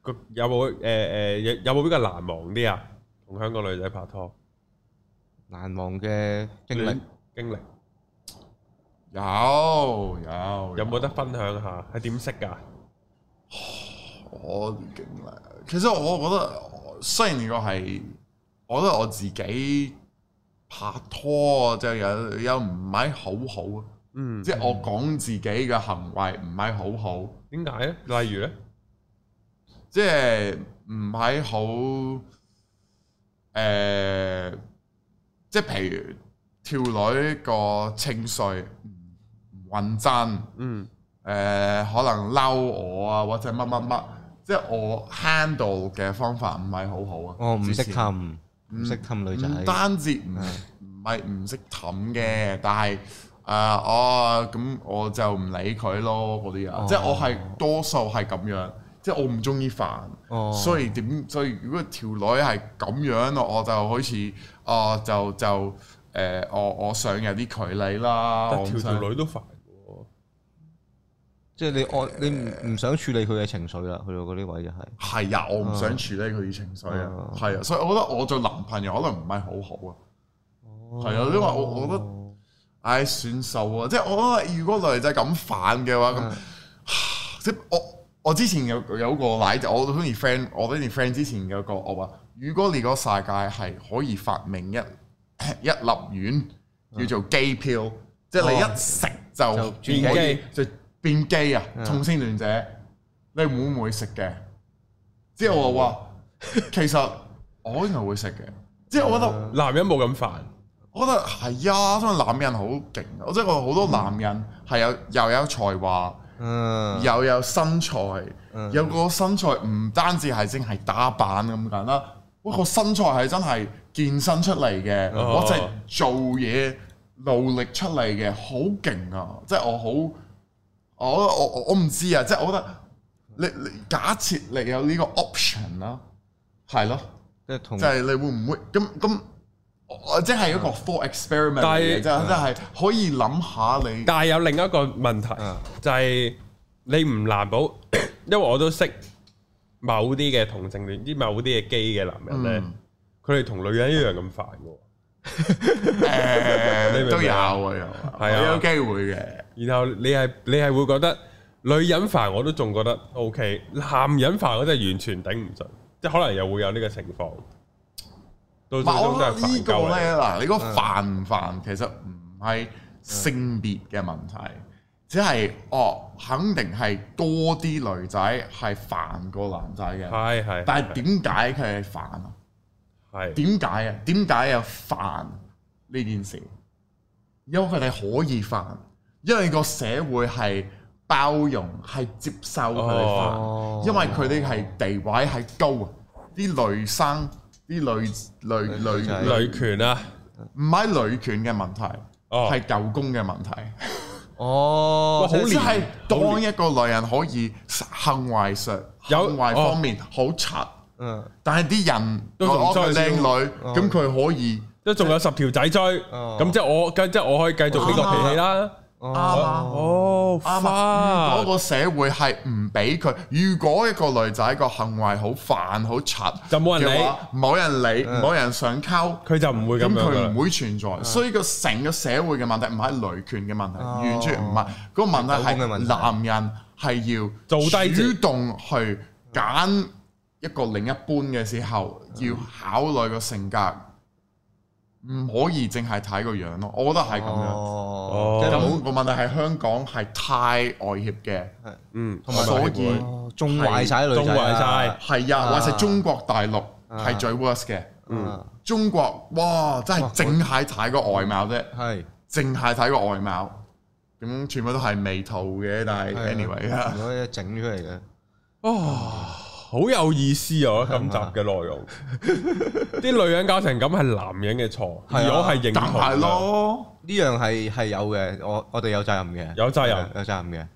Speaker 1: 個有冇誒誒有有冇比較難忘啲啊？同香港女仔拍拖
Speaker 2: 難忘嘅經歷
Speaker 1: 經歷
Speaker 3: 有有
Speaker 1: 有冇得分享下？係點識㗎？
Speaker 3: 我嘅經歷，其實我覺得雖然呢個係，我覺得我自己拍拖就有有唔係好好啊，
Speaker 1: 嗯，
Speaker 3: 即係我講自己嘅行為唔係好好，
Speaker 1: 點解咧？例如咧，
Speaker 3: 即係唔係好誒、呃即係譬如跳女個情緒唔唔穩陣。
Speaker 1: 嗯
Speaker 3: 誒、可能嬲我啊，或者乜乜乜，即係我 handle 嘅方法唔係好好啊。
Speaker 2: 我唔識
Speaker 3: 之前
Speaker 2: 氹，唔識氹女
Speaker 3: 唔
Speaker 2: 仔，
Speaker 3: 單止唔唔係唔識氹嘅，
Speaker 2: 嗯
Speaker 3: 但係誒、哦咁我就唔理佢咯嗰啲啊，
Speaker 2: 哦
Speaker 3: 即係我係多數係咁樣，即係我唔中意煩，
Speaker 2: 哦
Speaker 3: 所以點所以如果條女係咁樣，我就好似哦就就誒、我我想有啲距離啦，
Speaker 1: 但
Speaker 3: 我唔
Speaker 1: 條
Speaker 3: 想
Speaker 1: 條女都煩嘅喎，
Speaker 2: 即係你按你唔唔想處理佢嘅情緒啦，去到嗰啲位就係
Speaker 3: 係啊，我唔想處理佢啲情緒啊
Speaker 2: 啊，
Speaker 3: 係啊，所以我覺得我做男朋友可能唔係好好啊。係啊因為我我覺得唉，算數啊！即係我覺得，如果女仔咁反嘅話，咁
Speaker 2: 嗯
Speaker 3: 即係我我之前有有個奶就我當年 friend，我當年 friend 之前有個我話，如果你個世界係可以發明一 一粒丸叫做機票，即係你一食就
Speaker 2: 就
Speaker 1: 轉
Speaker 3: 可以
Speaker 1: 機
Speaker 3: 就變機啊！
Speaker 2: 嗯
Speaker 3: 同性戀者，你會唔會食嘅？之後我話其實我應該會食嘅，即係我覺得。
Speaker 1: 男人冇咁煩，
Speaker 3: 我覺得係啊，所以男人好勁，啊我真係覺得好多男人係有又有才華，
Speaker 2: 嗯
Speaker 3: 又有身材，
Speaker 2: 嗯
Speaker 3: 有個身材唔單止係淨係打扮咁簡單，哇個身材係真係健身出嚟嘅，
Speaker 1: 哦
Speaker 3: 我真係做嘢努力出嚟嘅，好勁啊！即係我好，我我我我唔知啊，即係我覺得你你假設你有呢個 option 啦，係咯。
Speaker 2: 即係同
Speaker 3: 就係你會唔會咁咁？我即係一個 for experiment 嚟
Speaker 1: 但
Speaker 3: 嘅，
Speaker 1: 係
Speaker 3: 即係即係可以諗下你
Speaker 1: 但係有另一個問題
Speaker 2: 嗯
Speaker 3: 啊
Speaker 1: 就係你唔難保， 因為我都識某啲嘅同性戀，啲某啲嘅基嘅男人咧
Speaker 3: 嗯，
Speaker 1: 佢哋同女人一樣咁煩嘅喎。你明唔明
Speaker 3: 誒都有啊，
Speaker 1: 啊
Speaker 3: 有
Speaker 1: 係啊
Speaker 3: 有機會嘅。
Speaker 1: 然後你係你係會覺得女人煩我都仲覺得 O K，男人煩我真係完全頂唔順，即係可能又會有呢個情況。到
Speaker 3: 唔
Speaker 1: 最
Speaker 3: 係
Speaker 1: 終
Speaker 3: 我
Speaker 1: 都
Speaker 3: 覺
Speaker 1: 係煩
Speaker 3: 得呢個
Speaker 1: 鳩嗯
Speaker 3: 咧嗱，你嗰個煩唔煩其實唔係性別嘅問題，只係哦，肯定係多啲女仔係煩過男仔
Speaker 1: 你，
Speaker 3: 嘅。
Speaker 1: 係係，
Speaker 3: 但係點解佢係煩啊？
Speaker 1: 係
Speaker 3: 點解啊？點解有煩呢件事？因為佢哋可以煩，因為個社會係包容，係接受佢哋煩，
Speaker 2: 哦
Speaker 3: 因為佢哋係地位係高啊！啲女生、啲女女女
Speaker 2: 女
Speaker 3: 女
Speaker 1: 女權啊？
Speaker 3: 唔係女權嘅問題，
Speaker 1: 哦
Speaker 3: 係舊公嘅問題。
Speaker 2: 哦，
Speaker 1: 好
Speaker 3: 即係
Speaker 1: 好
Speaker 3: 當一個女人可以行為上、
Speaker 1: 有哦
Speaker 3: 行為方面好柒，
Speaker 2: 嗯
Speaker 3: 但係啲人
Speaker 1: 都仲
Speaker 3: 我佢
Speaker 1: 追
Speaker 3: 靚
Speaker 1: 先
Speaker 3: 女，
Speaker 1: 哦
Speaker 3: 咁佢可以。
Speaker 1: 都仲有十條仔追，
Speaker 2: 哦
Speaker 1: 咁即係我，咁即係我可以繼續呢個脾氣啦。
Speaker 2: 啱
Speaker 3: 啱啊
Speaker 1: 哦，
Speaker 3: 哦啱啊！如
Speaker 1: 花
Speaker 3: 果個社會係唔俾佢，如果一個女仔個行為好煩好柒，
Speaker 1: 就冇人理
Speaker 3: 嘅話，冇人理，
Speaker 2: 嗯
Speaker 3: 冇人想溝，
Speaker 1: 佢就唔會咁樣
Speaker 3: 咁
Speaker 1: 㗎
Speaker 3: 佢唔
Speaker 1: 啦。
Speaker 3: 會存在。所以個成個社會嘅問題唔係女權嘅問題，
Speaker 2: 啊哦
Speaker 3: 完全唔係。個問題
Speaker 2: 係溝通嘅問
Speaker 3: 係
Speaker 2: 題
Speaker 3: 男人係要
Speaker 1: 做低
Speaker 3: 主
Speaker 1: 自
Speaker 3: 動去揀一個另一半嘅時候，
Speaker 2: 嗯
Speaker 3: 要考慮個性格，唔可以淨係睇個樣咯。我覺得係咁樣。
Speaker 2: 哦，即係
Speaker 3: 咁
Speaker 2: 冇
Speaker 3: 個問題係香港係太外協嘅，
Speaker 1: 嗯，
Speaker 2: 同埋
Speaker 3: 所
Speaker 2: 所
Speaker 3: 以
Speaker 2: 以縱壞晒女仔
Speaker 1: 縱壞晒
Speaker 2: 啊，
Speaker 3: 係啊，
Speaker 2: 啊
Speaker 3: 或者中國大陸
Speaker 2: 啊
Speaker 3: 係最 worst 嘅。
Speaker 2: 嗯
Speaker 3: 中國哇，真係淨係睇個外貌啫，
Speaker 2: 係
Speaker 3: 淨係睇個外貌，咁全部都係美圖嘅。但係
Speaker 2: 係啊
Speaker 3: anyway 啊，
Speaker 2: 如果一整出嚟嘅，
Speaker 1: 哦，好有意思啊！今集嘅內容， 啲女人搞成咁係男人嘅錯，而
Speaker 2: 係啊
Speaker 1: 我係認
Speaker 3: 但
Speaker 1: 同
Speaker 3: 係
Speaker 1: 嘅。
Speaker 3: 咯，
Speaker 2: 呢樣係係有嘅，我我哋有責任嘅，
Speaker 1: 有責任
Speaker 2: 係有責任嘅。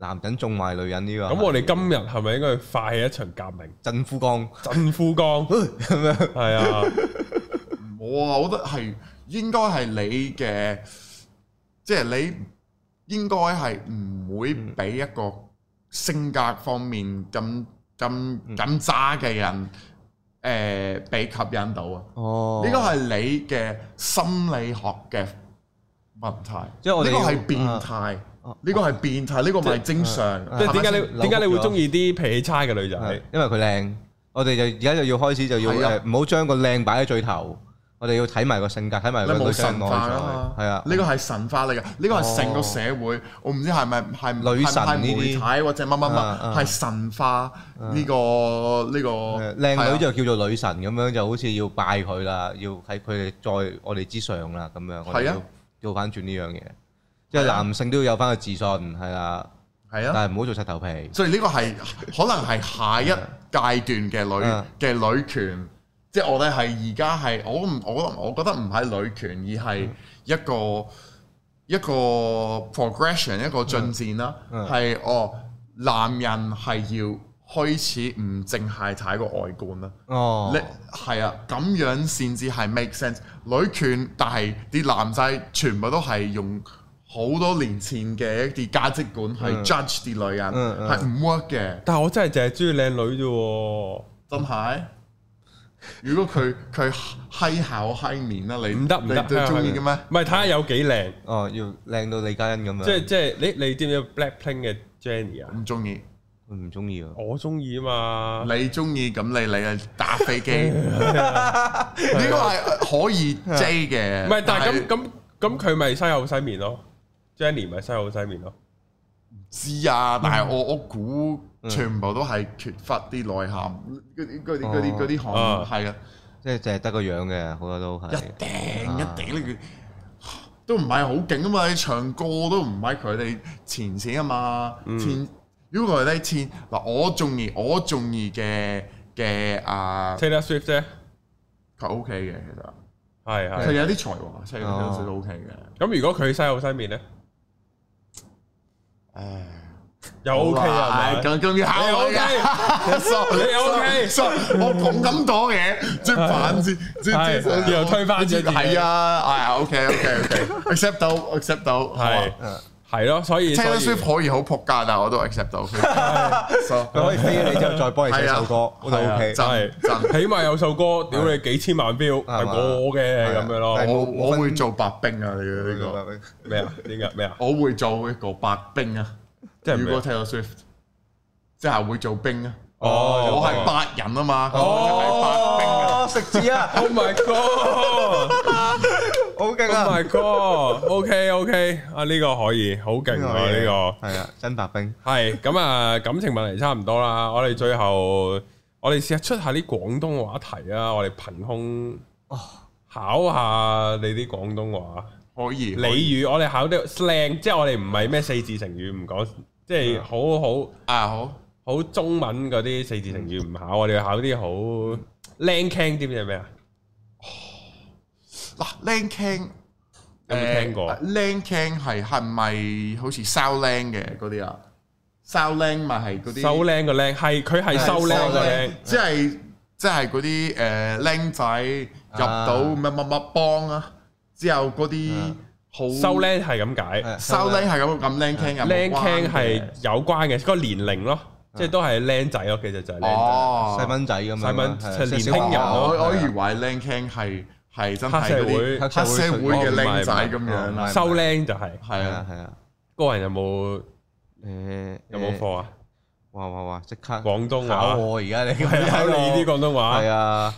Speaker 2: 男人縱壞女人呢個係，
Speaker 1: 咁我哋今日係咪應該快起一場革命，
Speaker 2: 振夫光
Speaker 1: 振夫綱？
Speaker 2: 咁樣，
Speaker 1: 係 啊，
Speaker 3: 我啊，我覺得係應該係你嘅，即係你應該係唔會俾一個性格方面咁咁咁渣嘅人，誒被吸引到啊！
Speaker 2: 哦
Speaker 3: 呢個係你嘅心理學嘅問題，
Speaker 2: 即係我哋
Speaker 3: 呢個係
Speaker 2: 要
Speaker 3: 變態，呢個係變態，呢個咪正常。
Speaker 2: 啊
Speaker 1: 即係點解
Speaker 3: 係咪
Speaker 1: 你點解你會中意啲脾氣差嘅女
Speaker 2: 係
Speaker 1: 仔？
Speaker 2: 因為佢靚，我哋就而家就要開始就要
Speaker 3: 係啊
Speaker 2: 誒唔好將個靚擺喺最頭，我哋要睇埋個性格，睇埋
Speaker 3: 你
Speaker 2: 個
Speaker 3: 冇
Speaker 2: 女仔嘅
Speaker 3: 神
Speaker 2: 內
Speaker 3: 化啊
Speaker 2: 在，
Speaker 3: 嘛？
Speaker 2: 係啊，
Speaker 3: 呢個係神化嚟嘅，呢個係成個社會，我唔知係咪係
Speaker 2: 女神
Speaker 3: 係
Speaker 2: 呢啲
Speaker 3: 媒體或者乜乜
Speaker 2: 啊
Speaker 3: 乜
Speaker 2: 啊
Speaker 3: 係神化呢個呢個
Speaker 2: 誒靚女
Speaker 3: 係啊
Speaker 2: 就叫做女神咁樣，就好似要拜佢啦，要喺佢哋在我哋之上啦咁樣，我哋
Speaker 3: 係啊啊
Speaker 2: 要做翻轉呢樣嘢，即係男性都要有翻個自信係啦，
Speaker 3: 係啊，
Speaker 2: 但係唔好做柒頭皮，
Speaker 3: 所以呢個係可能係下一階段嘅女
Speaker 2: 啊
Speaker 3: 嘅女權，即係我哋係而家係我唔我我覺得唔係女權，而係一個一個 progression 一個進展啦，係哦男人係要開始唔淨係睇個外觀啦。
Speaker 2: 哦
Speaker 3: 你，係啊，咁樣先至係 make sense。女權，但係啲男仔全部都係用好多年前嘅一啲價值觀係
Speaker 2: 嗯
Speaker 3: judge 啲女人
Speaker 2: 嗯嗯
Speaker 3: 係唔 work 嘅。
Speaker 1: 但系我真係淨係中意靚女啫喎，
Speaker 3: 真係？如果佢佢閪口閪面啦，你
Speaker 1: 唔得唔得，
Speaker 3: 你都中意嘅咩？啊
Speaker 1: 唔係睇下有幾靚，
Speaker 2: 哦，要靚到李嘉欣咁樣，
Speaker 1: 即係即係你你知唔知 Blackpink 嘅 Jennie 啊？
Speaker 3: 唔中意，
Speaker 2: 佢唔中意啊。
Speaker 1: 我中意啊嘛，
Speaker 3: 你中意咁你你啊打飛 機，呢個係可以 J 嘅。
Speaker 1: 唔係但係咁咁咁佢咪西口西面咯，Jennie 咪西口西面咯，
Speaker 3: 知啊，但係我我估全部都係缺乏啲內涵，嗰啲嗰啲嗰啲嗰啲行
Speaker 1: 哦
Speaker 3: 係啊，
Speaker 2: 即係淨係得個樣嘅，好多都係
Speaker 3: 一定一定呢個都唔係好勁啊嘛！你唱歌都唔係佢哋前線啊嘛，前如果佢哋前嗱，我中意我中意嘅嘅啊，
Speaker 1: Taylor Swift 啫，
Speaker 3: 佢 OK 嘅其實，
Speaker 1: 係係
Speaker 3: 佢。有啲才華，所以佢有少少 OK 嘅。
Speaker 1: 咁如果佢西口西面咧，
Speaker 3: 唉，
Speaker 1: 又 OK 啊，
Speaker 3: 好
Speaker 1: 係咪
Speaker 3: 咁咁要考
Speaker 1: 你
Speaker 3: 慮
Speaker 1: OK，
Speaker 3: 㗎 Sorry，
Speaker 1: 你 OK
Speaker 3: sorry，我講咁多嘢，即係 反先，即係即係
Speaker 1: 係又推翻咗自己
Speaker 3: 係啊，係啊，OK OK OK，accept 到 accept 到，好啊
Speaker 1: 係係咯，所以
Speaker 3: Taylor
Speaker 1: 所以
Speaker 3: Swift 可以好仆街，但係我都 accept 到佢。So，
Speaker 2: 佢可以飛咗你之後再幫你寫首歌，我就
Speaker 3: 係啊
Speaker 2: OK。
Speaker 3: 真
Speaker 1: 係
Speaker 3: 真
Speaker 1: 起碼有首歌，屌你幾千萬標係
Speaker 2: 嘛
Speaker 1: 我嘅
Speaker 2: 係啊
Speaker 1: 咁樣咯
Speaker 2: 但係。
Speaker 3: 我
Speaker 2: 冇
Speaker 3: 我
Speaker 2: 分
Speaker 3: 會做白冰啊！你嘅呢個，
Speaker 1: 咩啊？點解咩啊？
Speaker 3: 我會做一個白冰啊！
Speaker 1: 即係咩
Speaker 3: 如果 Taylor Swift，即係會做冰啊！
Speaker 1: 哦
Speaker 3: 我係白人啊嘛，
Speaker 2: 哦，
Speaker 3: 我
Speaker 2: 食字啊
Speaker 1: Oh my god！Oh
Speaker 2: 好勁啊！
Speaker 1: Oh
Speaker 3: Oh
Speaker 1: my god！OK OK，啊呢個可以，好勁啊呢個。
Speaker 2: 係啊，真白冰。
Speaker 1: 系咁啊，感情問題差唔多啦。我哋最後，我哋試下出下啲廣東話題啊。我哋憑空考下你啲廣東話
Speaker 3: 係白冰啊，可以
Speaker 1: 俚語。我哋考啲 slang，即係我哋唔係咩四字成語，唔講，即係好好
Speaker 3: 啊好
Speaker 1: 好中文嗰啲四字成語唔考。我哋要考啲好靚 can，知唔知係咩啊？
Speaker 3: 嗱，靚 king
Speaker 1: 有冇聽過
Speaker 3: 靚 king 係係咪好似收靚嘅嗰啲啊？收靚咪係嗰啲
Speaker 1: 收靚個靚，係佢係收靚個靚，
Speaker 3: 即係即係嗰啲誒僆仔入到
Speaker 1: 啊
Speaker 3: 乜乜乜幫啊，之後嗰啲好
Speaker 1: 收靚係咁解。
Speaker 2: 啊
Speaker 3: 收僆係咁咁僆 king 有冇
Speaker 1: 靚
Speaker 3: 關
Speaker 1: can
Speaker 3: 嘅
Speaker 1: 係有關嘅，個年齡咯，即係都係靚仔咯，其實就係靚仔。
Speaker 3: 哦
Speaker 2: 細蚊仔咁樣，
Speaker 1: 細蚊
Speaker 2: 係啊
Speaker 1: 即係
Speaker 2: 即係
Speaker 1: 年輕人
Speaker 2: 小
Speaker 1: 咯
Speaker 2: 學
Speaker 3: 我我以為僆 king 係係真係
Speaker 1: 黑社會
Speaker 3: 嗰啲黑社會嘅僆仔咁
Speaker 2: 哦
Speaker 3: 樣
Speaker 2: 唔係
Speaker 3: 啦，
Speaker 1: 收靚就係
Speaker 3: 係
Speaker 2: 係啊。
Speaker 3: 啊
Speaker 2: 係啊，
Speaker 1: 個人有冇
Speaker 2: 誒
Speaker 1: 有冇？
Speaker 2: 誒
Speaker 1: 課啊？
Speaker 2: 哇哇哇！即刻
Speaker 1: 廣東
Speaker 2: 考
Speaker 1: 話
Speaker 2: 我而家你咁
Speaker 1: 係啊
Speaker 2: 樣
Speaker 1: 考你啲
Speaker 2: 個
Speaker 1: 廣東
Speaker 2: 係
Speaker 1: 話，
Speaker 2: 啊。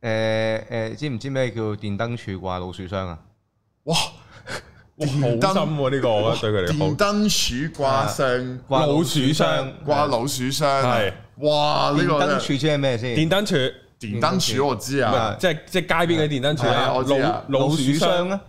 Speaker 2: 誒誒，知唔知咩叫電燈柱掛老鼠箱啊？
Speaker 3: 哇！
Speaker 1: 哇好深喎呢個，我覺得對佢哋
Speaker 3: 電燈柱掛上
Speaker 1: 好。老鼠箱
Speaker 3: 掛老鼠箱，
Speaker 1: 係
Speaker 3: 哇！啊呢
Speaker 2: 電
Speaker 3: 個
Speaker 2: 燈柱
Speaker 3: 真係
Speaker 2: 即係咩先？
Speaker 1: 電燈柱，
Speaker 3: 電燈柱我知啊，
Speaker 1: 即係即係街邊嘅電燈柱
Speaker 3: 係
Speaker 1: 啦
Speaker 3: 啊我，知啊
Speaker 1: 老老鼠箱
Speaker 2: 啊，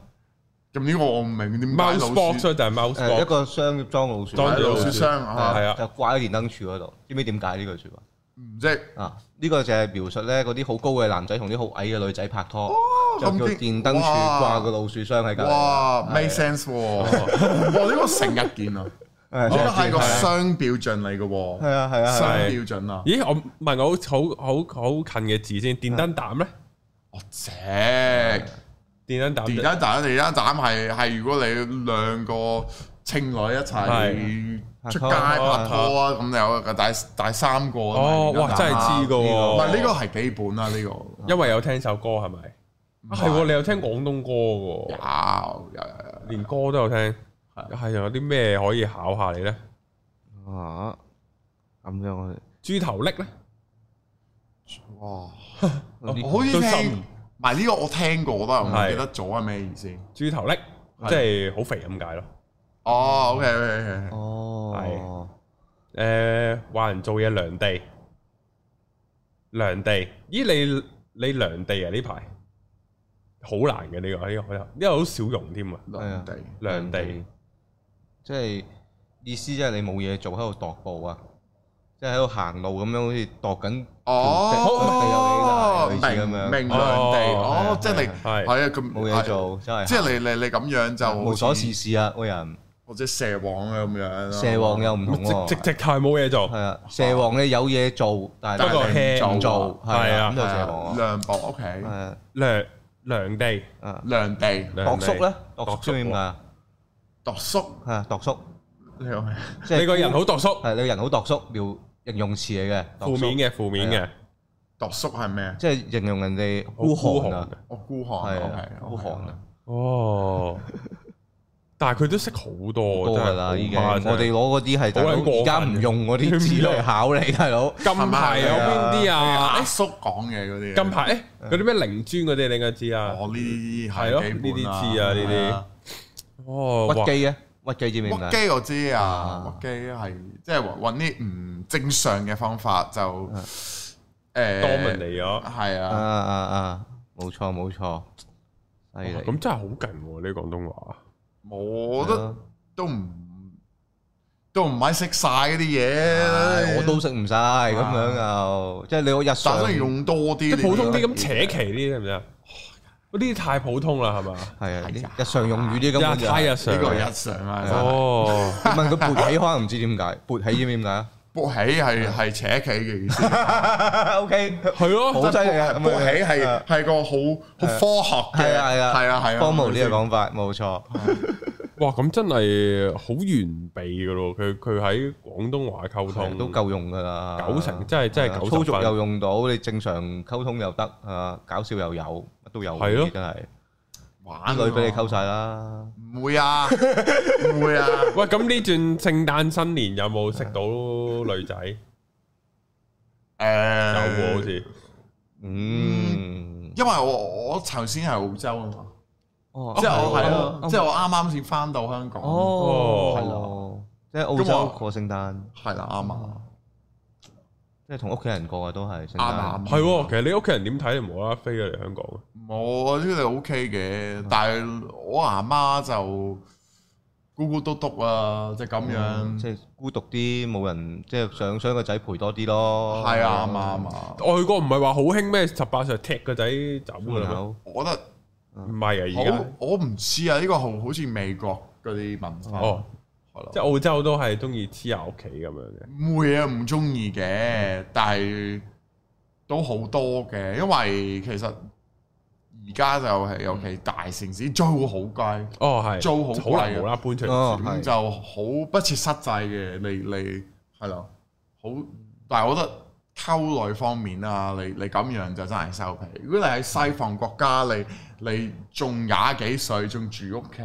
Speaker 3: 咁呢個我唔明點解
Speaker 1: mouse
Speaker 3: 老
Speaker 1: box
Speaker 3: 鼠
Speaker 1: 咯就係 mouse
Speaker 2: 誒一
Speaker 1: box，
Speaker 2: 個箱裝老鼠，
Speaker 1: 裝住
Speaker 3: 老鼠箱啊
Speaker 1: 係啊
Speaker 2: 就掛喺電燈柱嗰度。知唔知點解呢句説話？
Speaker 3: 唔知。
Speaker 2: 啊，呢個就係描述咧嗰啲好高嘅男仔同啲好矮嘅女仔拍拖，就
Speaker 3: 咁
Speaker 2: 叫
Speaker 3: 啲
Speaker 2: 電燈柱
Speaker 3: 哇
Speaker 2: 掛個老鼠箱喺隔離。
Speaker 3: 哇，make sense 喎！哇，呢個成日見啊，
Speaker 2: 誒
Speaker 3: 呢個係個雙標準嚟嘅喎，
Speaker 2: 係啊係啊係
Speaker 3: 雙
Speaker 2: 啊，
Speaker 3: 標準啊！
Speaker 1: 咦我問我好好好好近嘅字先，電燈膽咧，
Speaker 3: 我正，而
Speaker 1: 電燈膽就
Speaker 3: 家斬，而家斬係係如果你兩個青女一齊
Speaker 2: 係
Speaker 3: 出街拍拖啊，咁有個第第三個啊
Speaker 1: 哦哇真係知㗎
Speaker 3: 唔
Speaker 1: 喎，
Speaker 3: 係呢個係基本啦，呢個
Speaker 1: 因為有聽首歌係咪？啊係喎，你有聽廣東歌喎。
Speaker 3: 有有有有。
Speaker 1: 連歌都有聽，係仲有啲咩可以考下你咧？
Speaker 2: 啊咁樣我
Speaker 1: 豬頭叻咧，
Speaker 3: 哇！
Speaker 2: 有啲
Speaker 3: 我好似
Speaker 1: 都
Speaker 3: 聽
Speaker 1: 深，
Speaker 3: 唔係呢個我聽過，但係我唔
Speaker 1: 係
Speaker 3: 記得咗係咩意思。
Speaker 1: 豬頭叻
Speaker 3: 係
Speaker 1: 即係好肥咁解咯。
Speaker 3: 哦，OK
Speaker 1: 啊
Speaker 3: OK
Speaker 2: 哦，
Speaker 1: 誒、話人做嘢涼地，涼地，咦你你涼地啊呢排好難嘅呢、個呢、個好有，呢個好少用添啊，
Speaker 3: OK，兩地
Speaker 1: 涼地，
Speaker 2: 即係意思即係你冇嘢做喺度踱步啊，即係喺度行路咁樣，好似踱緊
Speaker 3: 哦，
Speaker 2: 條地有
Speaker 3: 明
Speaker 2: 幾大類似咁樣，
Speaker 3: 明亮地，
Speaker 1: 哦
Speaker 3: 哦，即係你
Speaker 1: 係
Speaker 3: 係啊，咁
Speaker 2: 冇嘢，做，真係
Speaker 3: 即係你你你咁樣就
Speaker 2: 無所事，事啊，個人
Speaker 3: 或者蛇王啊咁樣，
Speaker 2: 蛇王又唔同喎，
Speaker 1: 直直直太冇嘢做
Speaker 2: 係，啊，蛇王你有嘢做，但
Speaker 1: 不過
Speaker 2: 係你
Speaker 1: hea
Speaker 2: 唔做
Speaker 3: 唔做，
Speaker 2: 係
Speaker 1: 係
Speaker 2: 啊，
Speaker 1: 啊
Speaker 2: 咁就
Speaker 3: 係
Speaker 2: 蛇
Speaker 3: 啊
Speaker 2: 王啊，
Speaker 3: 涼薄，OK，
Speaker 2: 係啊
Speaker 1: 涼涼地，
Speaker 2: 啊，
Speaker 3: 涼地，
Speaker 1: 涼
Speaker 2: 博
Speaker 1: 地
Speaker 2: 叔咧，博叔
Speaker 1: 度
Speaker 2: 知唔知點解啊？
Speaker 3: 度叔，
Speaker 2: 係啊，度叔，
Speaker 3: 你係咪
Speaker 2: 即係
Speaker 1: 你個人好度縮，
Speaker 2: 係你個人好度叔，描形容詞嚟嘅，度
Speaker 1: 負
Speaker 2: 叔
Speaker 1: 面嘅負面嘅，
Speaker 3: 度叔係咩？
Speaker 2: 即係形容人哋
Speaker 1: 好
Speaker 2: 孤寒啊，
Speaker 3: 我孤寒，
Speaker 2: 係
Speaker 3: 我
Speaker 2: 啊
Speaker 3: 係，
Speaker 2: 孤寒啊，，
Speaker 1: 哦，但係佢都識好多，
Speaker 2: 多
Speaker 1: 真
Speaker 2: 噶
Speaker 1: 係
Speaker 2: 啦
Speaker 1: 好
Speaker 2: 已經。
Speaker 1: 誇張
Speaker 2: 我哋攞嗰啲係大佬
Speaker 1: 好撚過分
Speaker 2: 而家唔用嗰啲字嚟考你，大佬。
Speaker 1: 金牌有邊啲啊？
Speaker 3: 阿
Speaker 1: 誒
Speaker 3: 叔講嘅嗰啲嘢，
Speaker 1: 近排誒嗰啲咩靈磚嗰啲，你應該知啊。
Speaker 3: 我呢啲
Speaker 1: 係咯
Speaker 3: 係基本
Speaker 1: 呢啲知啊呢啲
Speaker 3: 係啊
Speaker 1: 哦，哇
Speaker 2: 屈機啊，屈機知唔知點
Speaker 3: 屈
Speaker 2: 解？
Speaker 3: 機我知啊
Speaker 2: 啊，
Speaker 3: 屈機係即係揾啲唔正常嘅方法就誒
Speaker 1: 多文嚟咗，
Speaker 3: 係
Speaker 2: 啊
Speaker 3: 啊，
Speaker 2: 啊啊！冇錯冇錯，犀利。
Speaker 1: 哦咁真係好勁喎！呢廣東話，
Speaker 3: 我覺得都唔都唔係識晒嗰啲嘢，
Speaker 2: 唉我都識唔晒咁樣又，即係你我日
Speaker 3: 但
Speaker 2: 常
Speaker 3: 係用多啲
Speaker 1: 即
Speaker 3: 呢
Speaker 1: 係
Speaker 3: 啲，
Speaker 1: 普通啲咁扯旗啲得唔得啊？哇呢啲太普通啦，係嘛？
Speaker 2: 係啊，啲日常用語啲根
Speaker 1: 呀
Speaker 2: 本就
Speaker 1: 太
Speaker 2: 係。
Speaker 1: 日常
Speaker 3: 呢個
Speaker 1: 啦。
Speaker 3: 日常啊，真係
Speaker 1: 哦，
Speaker 2: 你問佢勃起，可能唔知點解，勃起知唔知點解啊
Speaker 3: 勃起係係扯旗嘅意思。
Speaker 2: ？OK，
Speaker 1: 係咯，
Speaker 2: 好犀利啊！咁
Speaker 3: 勃起係
Speaker 2: 啊
Speaker 3: 係個好好科學
Speaker 2: 係
Speaker 3: 嘅，
Speaker 2: 啊係啊
Speaker 3: 係啊係啊，
Speaker 2: 荒謬呢個講法，冇錯。
Speaker 1: 哇！咁真係好完備噶咯，佢佢喺廣東話溝通
Speaker 2: 啊都夠用㗎啦，
Speaker 1: 九成真係真係
Speaker 2: 啊
Speaker 1: 九十
Speaker 2: 粗俗
Speaker 1: 分
Speaker 2: 又用到，你正常溝通又得，啊搞笑又有，乜都有，
Speaker 1: 係咯
Speaker 2: 真係
Speaker 3: 玩
Speaker 2: 啲女俾你
Speaker 3: 溝
Speaker 2: 溝晒啦，
Speaker 3: 唔 會啊，唔會啊，
Speaker 1: 喂，咁呢段聖誕新年有冇識到女仔？有喎，好
Speaker 3: 誒，
Speaker 1: 似
Speaker 2: 嗯，
Speaker 3: 因為我我頭先係澳洲啊嘛，
Speaker 2: 哦
Speaker 3: 即係我
Speaker 1: 啊
Speaker 3: 係
Speaker 2: 哦
Speaker 3: 咯，即係我啱啱先翻到香港，係
Speaker 2: 哦，即係澳
Speaker 3: 咁我
Speaker 2: 洲過聖誕，
Speaker 3: 係啦啱啊，
Speaker 2: 即係同屋企人過啊，都係聖
Speaker 3: 啱啊
Speaker 2: 誕，
Speaker 1: 係喎。其實你屋企人點睇？你無啦啦飛咗嚟香港，
Speaker 3: 我呢個 OK 嘅，但係我阿媽就咕咕嘟嘟啊，即係咁樣，
Speaker 2: 即係孤獨啲，冇人即係想想個仔陪多啲咯，
Speaker 3: 係啊啱啊啱啊，
Speaker 1: 外國唔係話好興咩？十八歲踢個仔走噶啦
Speaker 2: 有
Speaker 3: 我覺得。
Speaker 1: 咩？唔係
Speaker 3: 好
Speaker 1: 啊，，
Speaker 3: 我唔知啊，呢個好好似美國嗰啲文
Speaker 1: 而家
Speaker 3: 化，
Speaker 1: 哦，
Speaker 3: 係咯
Speaker 1: 即係澳洲都係中意黐下屋企咁樣嘅。
Speaker 3: 唔會啊，唔中意嘅，但係都好多嘅，因為其實而家就係尤其大城市租好貴，
Speaker 1: 哦，係
Speaker 3: 租好
Speaker 1: 好
Speaker 3: 貴
Speaker 1: 難
Speaker 3: 啊
Speaker 1: 無啦啦搬出嚟。
Speaker 2: 哦
Speaker 3: 咁
Speaker 2: 係
Speaker 3: 就好不切實際嘅。你你係咯，好，但係我覺得溝女方面啊，你你咁樣就真係收皮。如果你喺西方國家，你你仲廿幾歲，仲住屋企，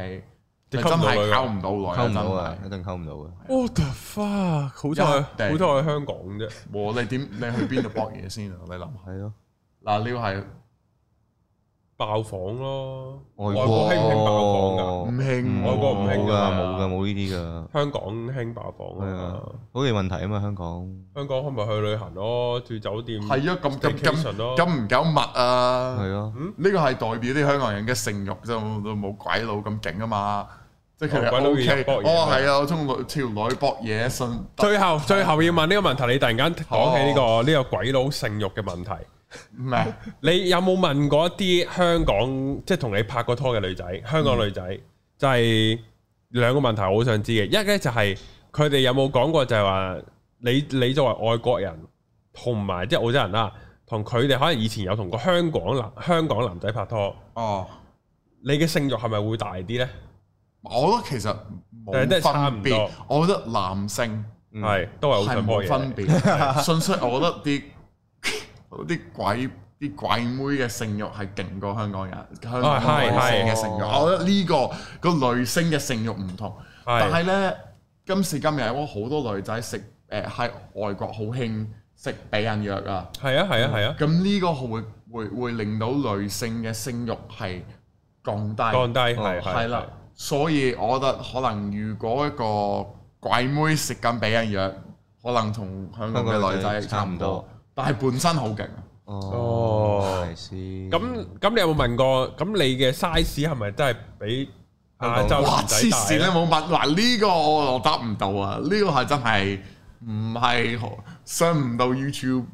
Speaker 1: 你
Speaker 3: 你真
Speaker 1: 溝唔到
Speaker 3: 係
Speaker 1: 女啊
Speaker 3: 溝唔到女啊，
Speaker 2: 溝唔
Speaker 3: 真
Speaker 2: 到啊
Speaker 3: 係，。
Speaker 2: 一定溝唔到嘅。
Speaker 1: What the fuck！好彩
Speaker 3: 一
Speaker 1: 好
Speaker 3: 定
Speaker 1: 彩喺香港啫。
Speaker 3: 我你點你去邊度搏嘢先啊？你諗下
Speaker 2: 係咯，
Speaker 3: 嗱，呢個係。
Speaker 1: 爆房咯，
Speaker 2: 外嗯
Speaker 1: 外國興唔興爆房
Speaker 3: 唔興
Speaker 1: 外國唔興啊㗎
Speaker 2: 冇噶，冇噶，冇呢啲噶，
Speaker 1: 噶？香港興爆房
Speaker 2: 係
Speaker 1: 啊
Speaker 2: 啊
Speaker 1: 嘛，
Speaker 2: 好似問題啊嘛，香港
Speaker 1: 香港可咪去旅行咯，住酒店
Speaker 3: 係啊，咁咁
Speaker 1: Staycation
Speaker 3: 咁
Speaker 1: 咯
Speaker 3: 咁唔夠密
Speaker 2: 係
Speaker 1: 嗯
Speaker 3: 啊！
Speaker 2: 咯，
Speaker 3: 呢個係代表啲香港人嘅性欲啫，都冇鬼佬咁勁啊嘛！即係其
Speaker 1: 哦鬼佬要
Speaker 3: 實 OK，
Speaker 1: 搏嘢
Speaker 3: 哦係啊，我中女條女搏嘢信得
Speaker 1: 最後最後要問呢個問題，你突然間講起呢個呢個鬼佬性慾嘅問題，
Speaker 3: 咩？
Speaker 1: 你有冇問過一啲香港即係同你拍過拖嘅女仔，香港女
Speaker 3: 嗯
Speaker 1: 仔就係兩個問題，我好想知嘅。一咧就係佢哋有冇講過就係話你你作為外國人同埋即係澳洲人啦，同佢哋可能以前有同個香港男香港男仔拍拖，
Speaker 3: 哦，
Speaker 1: 你嘅性慾係咪會大啲呢？
Speaker 3: 我覺得其實
Speaker 1: 但係都
Speaker 3: 冇
Speaker 1: 係差唔
Speaker 3: 分
Speaker 1: 多
Speaker 3: 別，我覺得男性
Speaker 2: 嗯
Speaker 1: 係都係好
Speaker 3: 係
Speaker 1: 想波
Speaker 3: 冇分
Speaker 1: 嘢。
Speaker 3: 別，純粹我覺得啲 啲鬼啲鬼妹嘅性欲係勁過香港人，香港
Speaker 1: 啊係
Speaker 3: 女性嘅性欲，
Speaker 2: 係
Speaker 3: 我覺得呢個個女性嘅性欲唔同。但
Speaker 1: 係
Speaker 3: 係咧，今時今日我好多女仔食誒喺外國好興食避孕藥啊，
Speaker 1: 係啊係啊係啊，
Speaker 3: 咁呢個會會會令到女性嘅性慾係降低，
Speaker 1: 降低係
Speaker 3: 哦係
Speaker 1: 係
Speaker 3: 啦。所以我覺得可能如果一個鬼妹食緊避孕藥，可能同香港嘅女仔差
Speaker 2: 香港嘅女仔差唔
Speaker 3: 唔
Speaker 2: 多
Speaker 3: 多，但係本身好勁啊。
Speaker 1: 哦
Speaker 2: 係先。
Speaker 1: 咁咁，你有冇問過？咁你嘅 size 係咪真係比亞洲
Speaker 3: 哇！
Speaker 1: 男
Speaker 3: 黐
Speaker 1: 仔
Speaker 3: 線啊咧，
Speaker 1: 大呢？
Speaker 3: 冇問嗱呢個我我答唔到啊！呢個係真係唔係上唔到 YouTube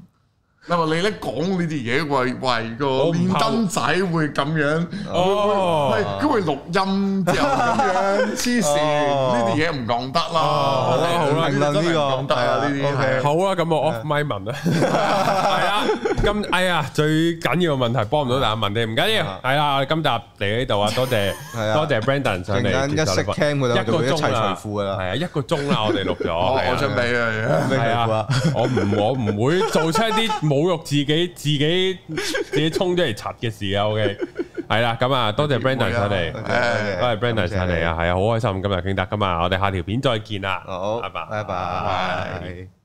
Speaker 3: 你話你咧講呢啲嘢，為為個
Speaker 1: 我唔
Speaker 3: 連
Speaker 1: 怕
Speaker 3: 登仔會咁樣，
Speaker 1: 哦
Speaker 3: 喂，咁佢錄音之後咁樣，黐線
Speaker 2: 哦
Speaker 3: 呢啲嘢唔講得啦，哦好
Speaker 1: 啦好啦
Speaker 3: 呢啲真係唔講得
Speaker 2: 評論
Speaker 3: 啊，呢
Speaker 2: 呢
Speaker 3: 啲
Speaker 2: 個
Speaker 3: 係啊
Speaker 2: OK
Speaker 1: 好啦，咁我 off my 文啦，係啊，咁哎呀，最緊要嘅問題幫唔到大家問你，唔緊要，
Speaker 2: 啊
Speaker 1: 係啦，今集嚟呢度啊，多謝
Speaker 2: 係啊
Speaker 1: 多謝 Brandon 上
Speaker 2: 陣
Speaker 1: 嚟
Speaker 2: 間
Speaker 1: 接
Speaker 2: 一
Speaker 1: 受
Speaker 2: 識
Speaker 1: 你訪
Speaker 2: cam 佢哋
Speaker 1: 一個
Speaker 2: 就會一
Speaker 1: 鐘啦
Speaker 2: 齊除褲噶啦
Speaker 1: 係，啊，一個鐘啦，我哋錄 咗，
Speaker 3: 我
Speaker 1: 係啊
Speaker 3: 哦我想俾啊，
Speaker 2: 咩
Speaker 1: 係
Speaker 2: 除褲
Speaker 1: 啊
Speaker 2: 啊？，
Speaker 1: 我唔我唔會做出一啲侮辱自己、自己自己衝出嚟柒嘅事啊。OK，係啦，咁啊，多謝 Brandon 上嚟，
Speaker 2: 多
Speaker 1: 多
Speaker 2: 謝多謝
Speaker 1: 謝 Brandon 上嚟啊，係啊，好開心今日傾得，今日我哋下條片再見啦，
Speaker 2: 好，
Speaker 1: 拜拜，
Speaker 2: 拜拜。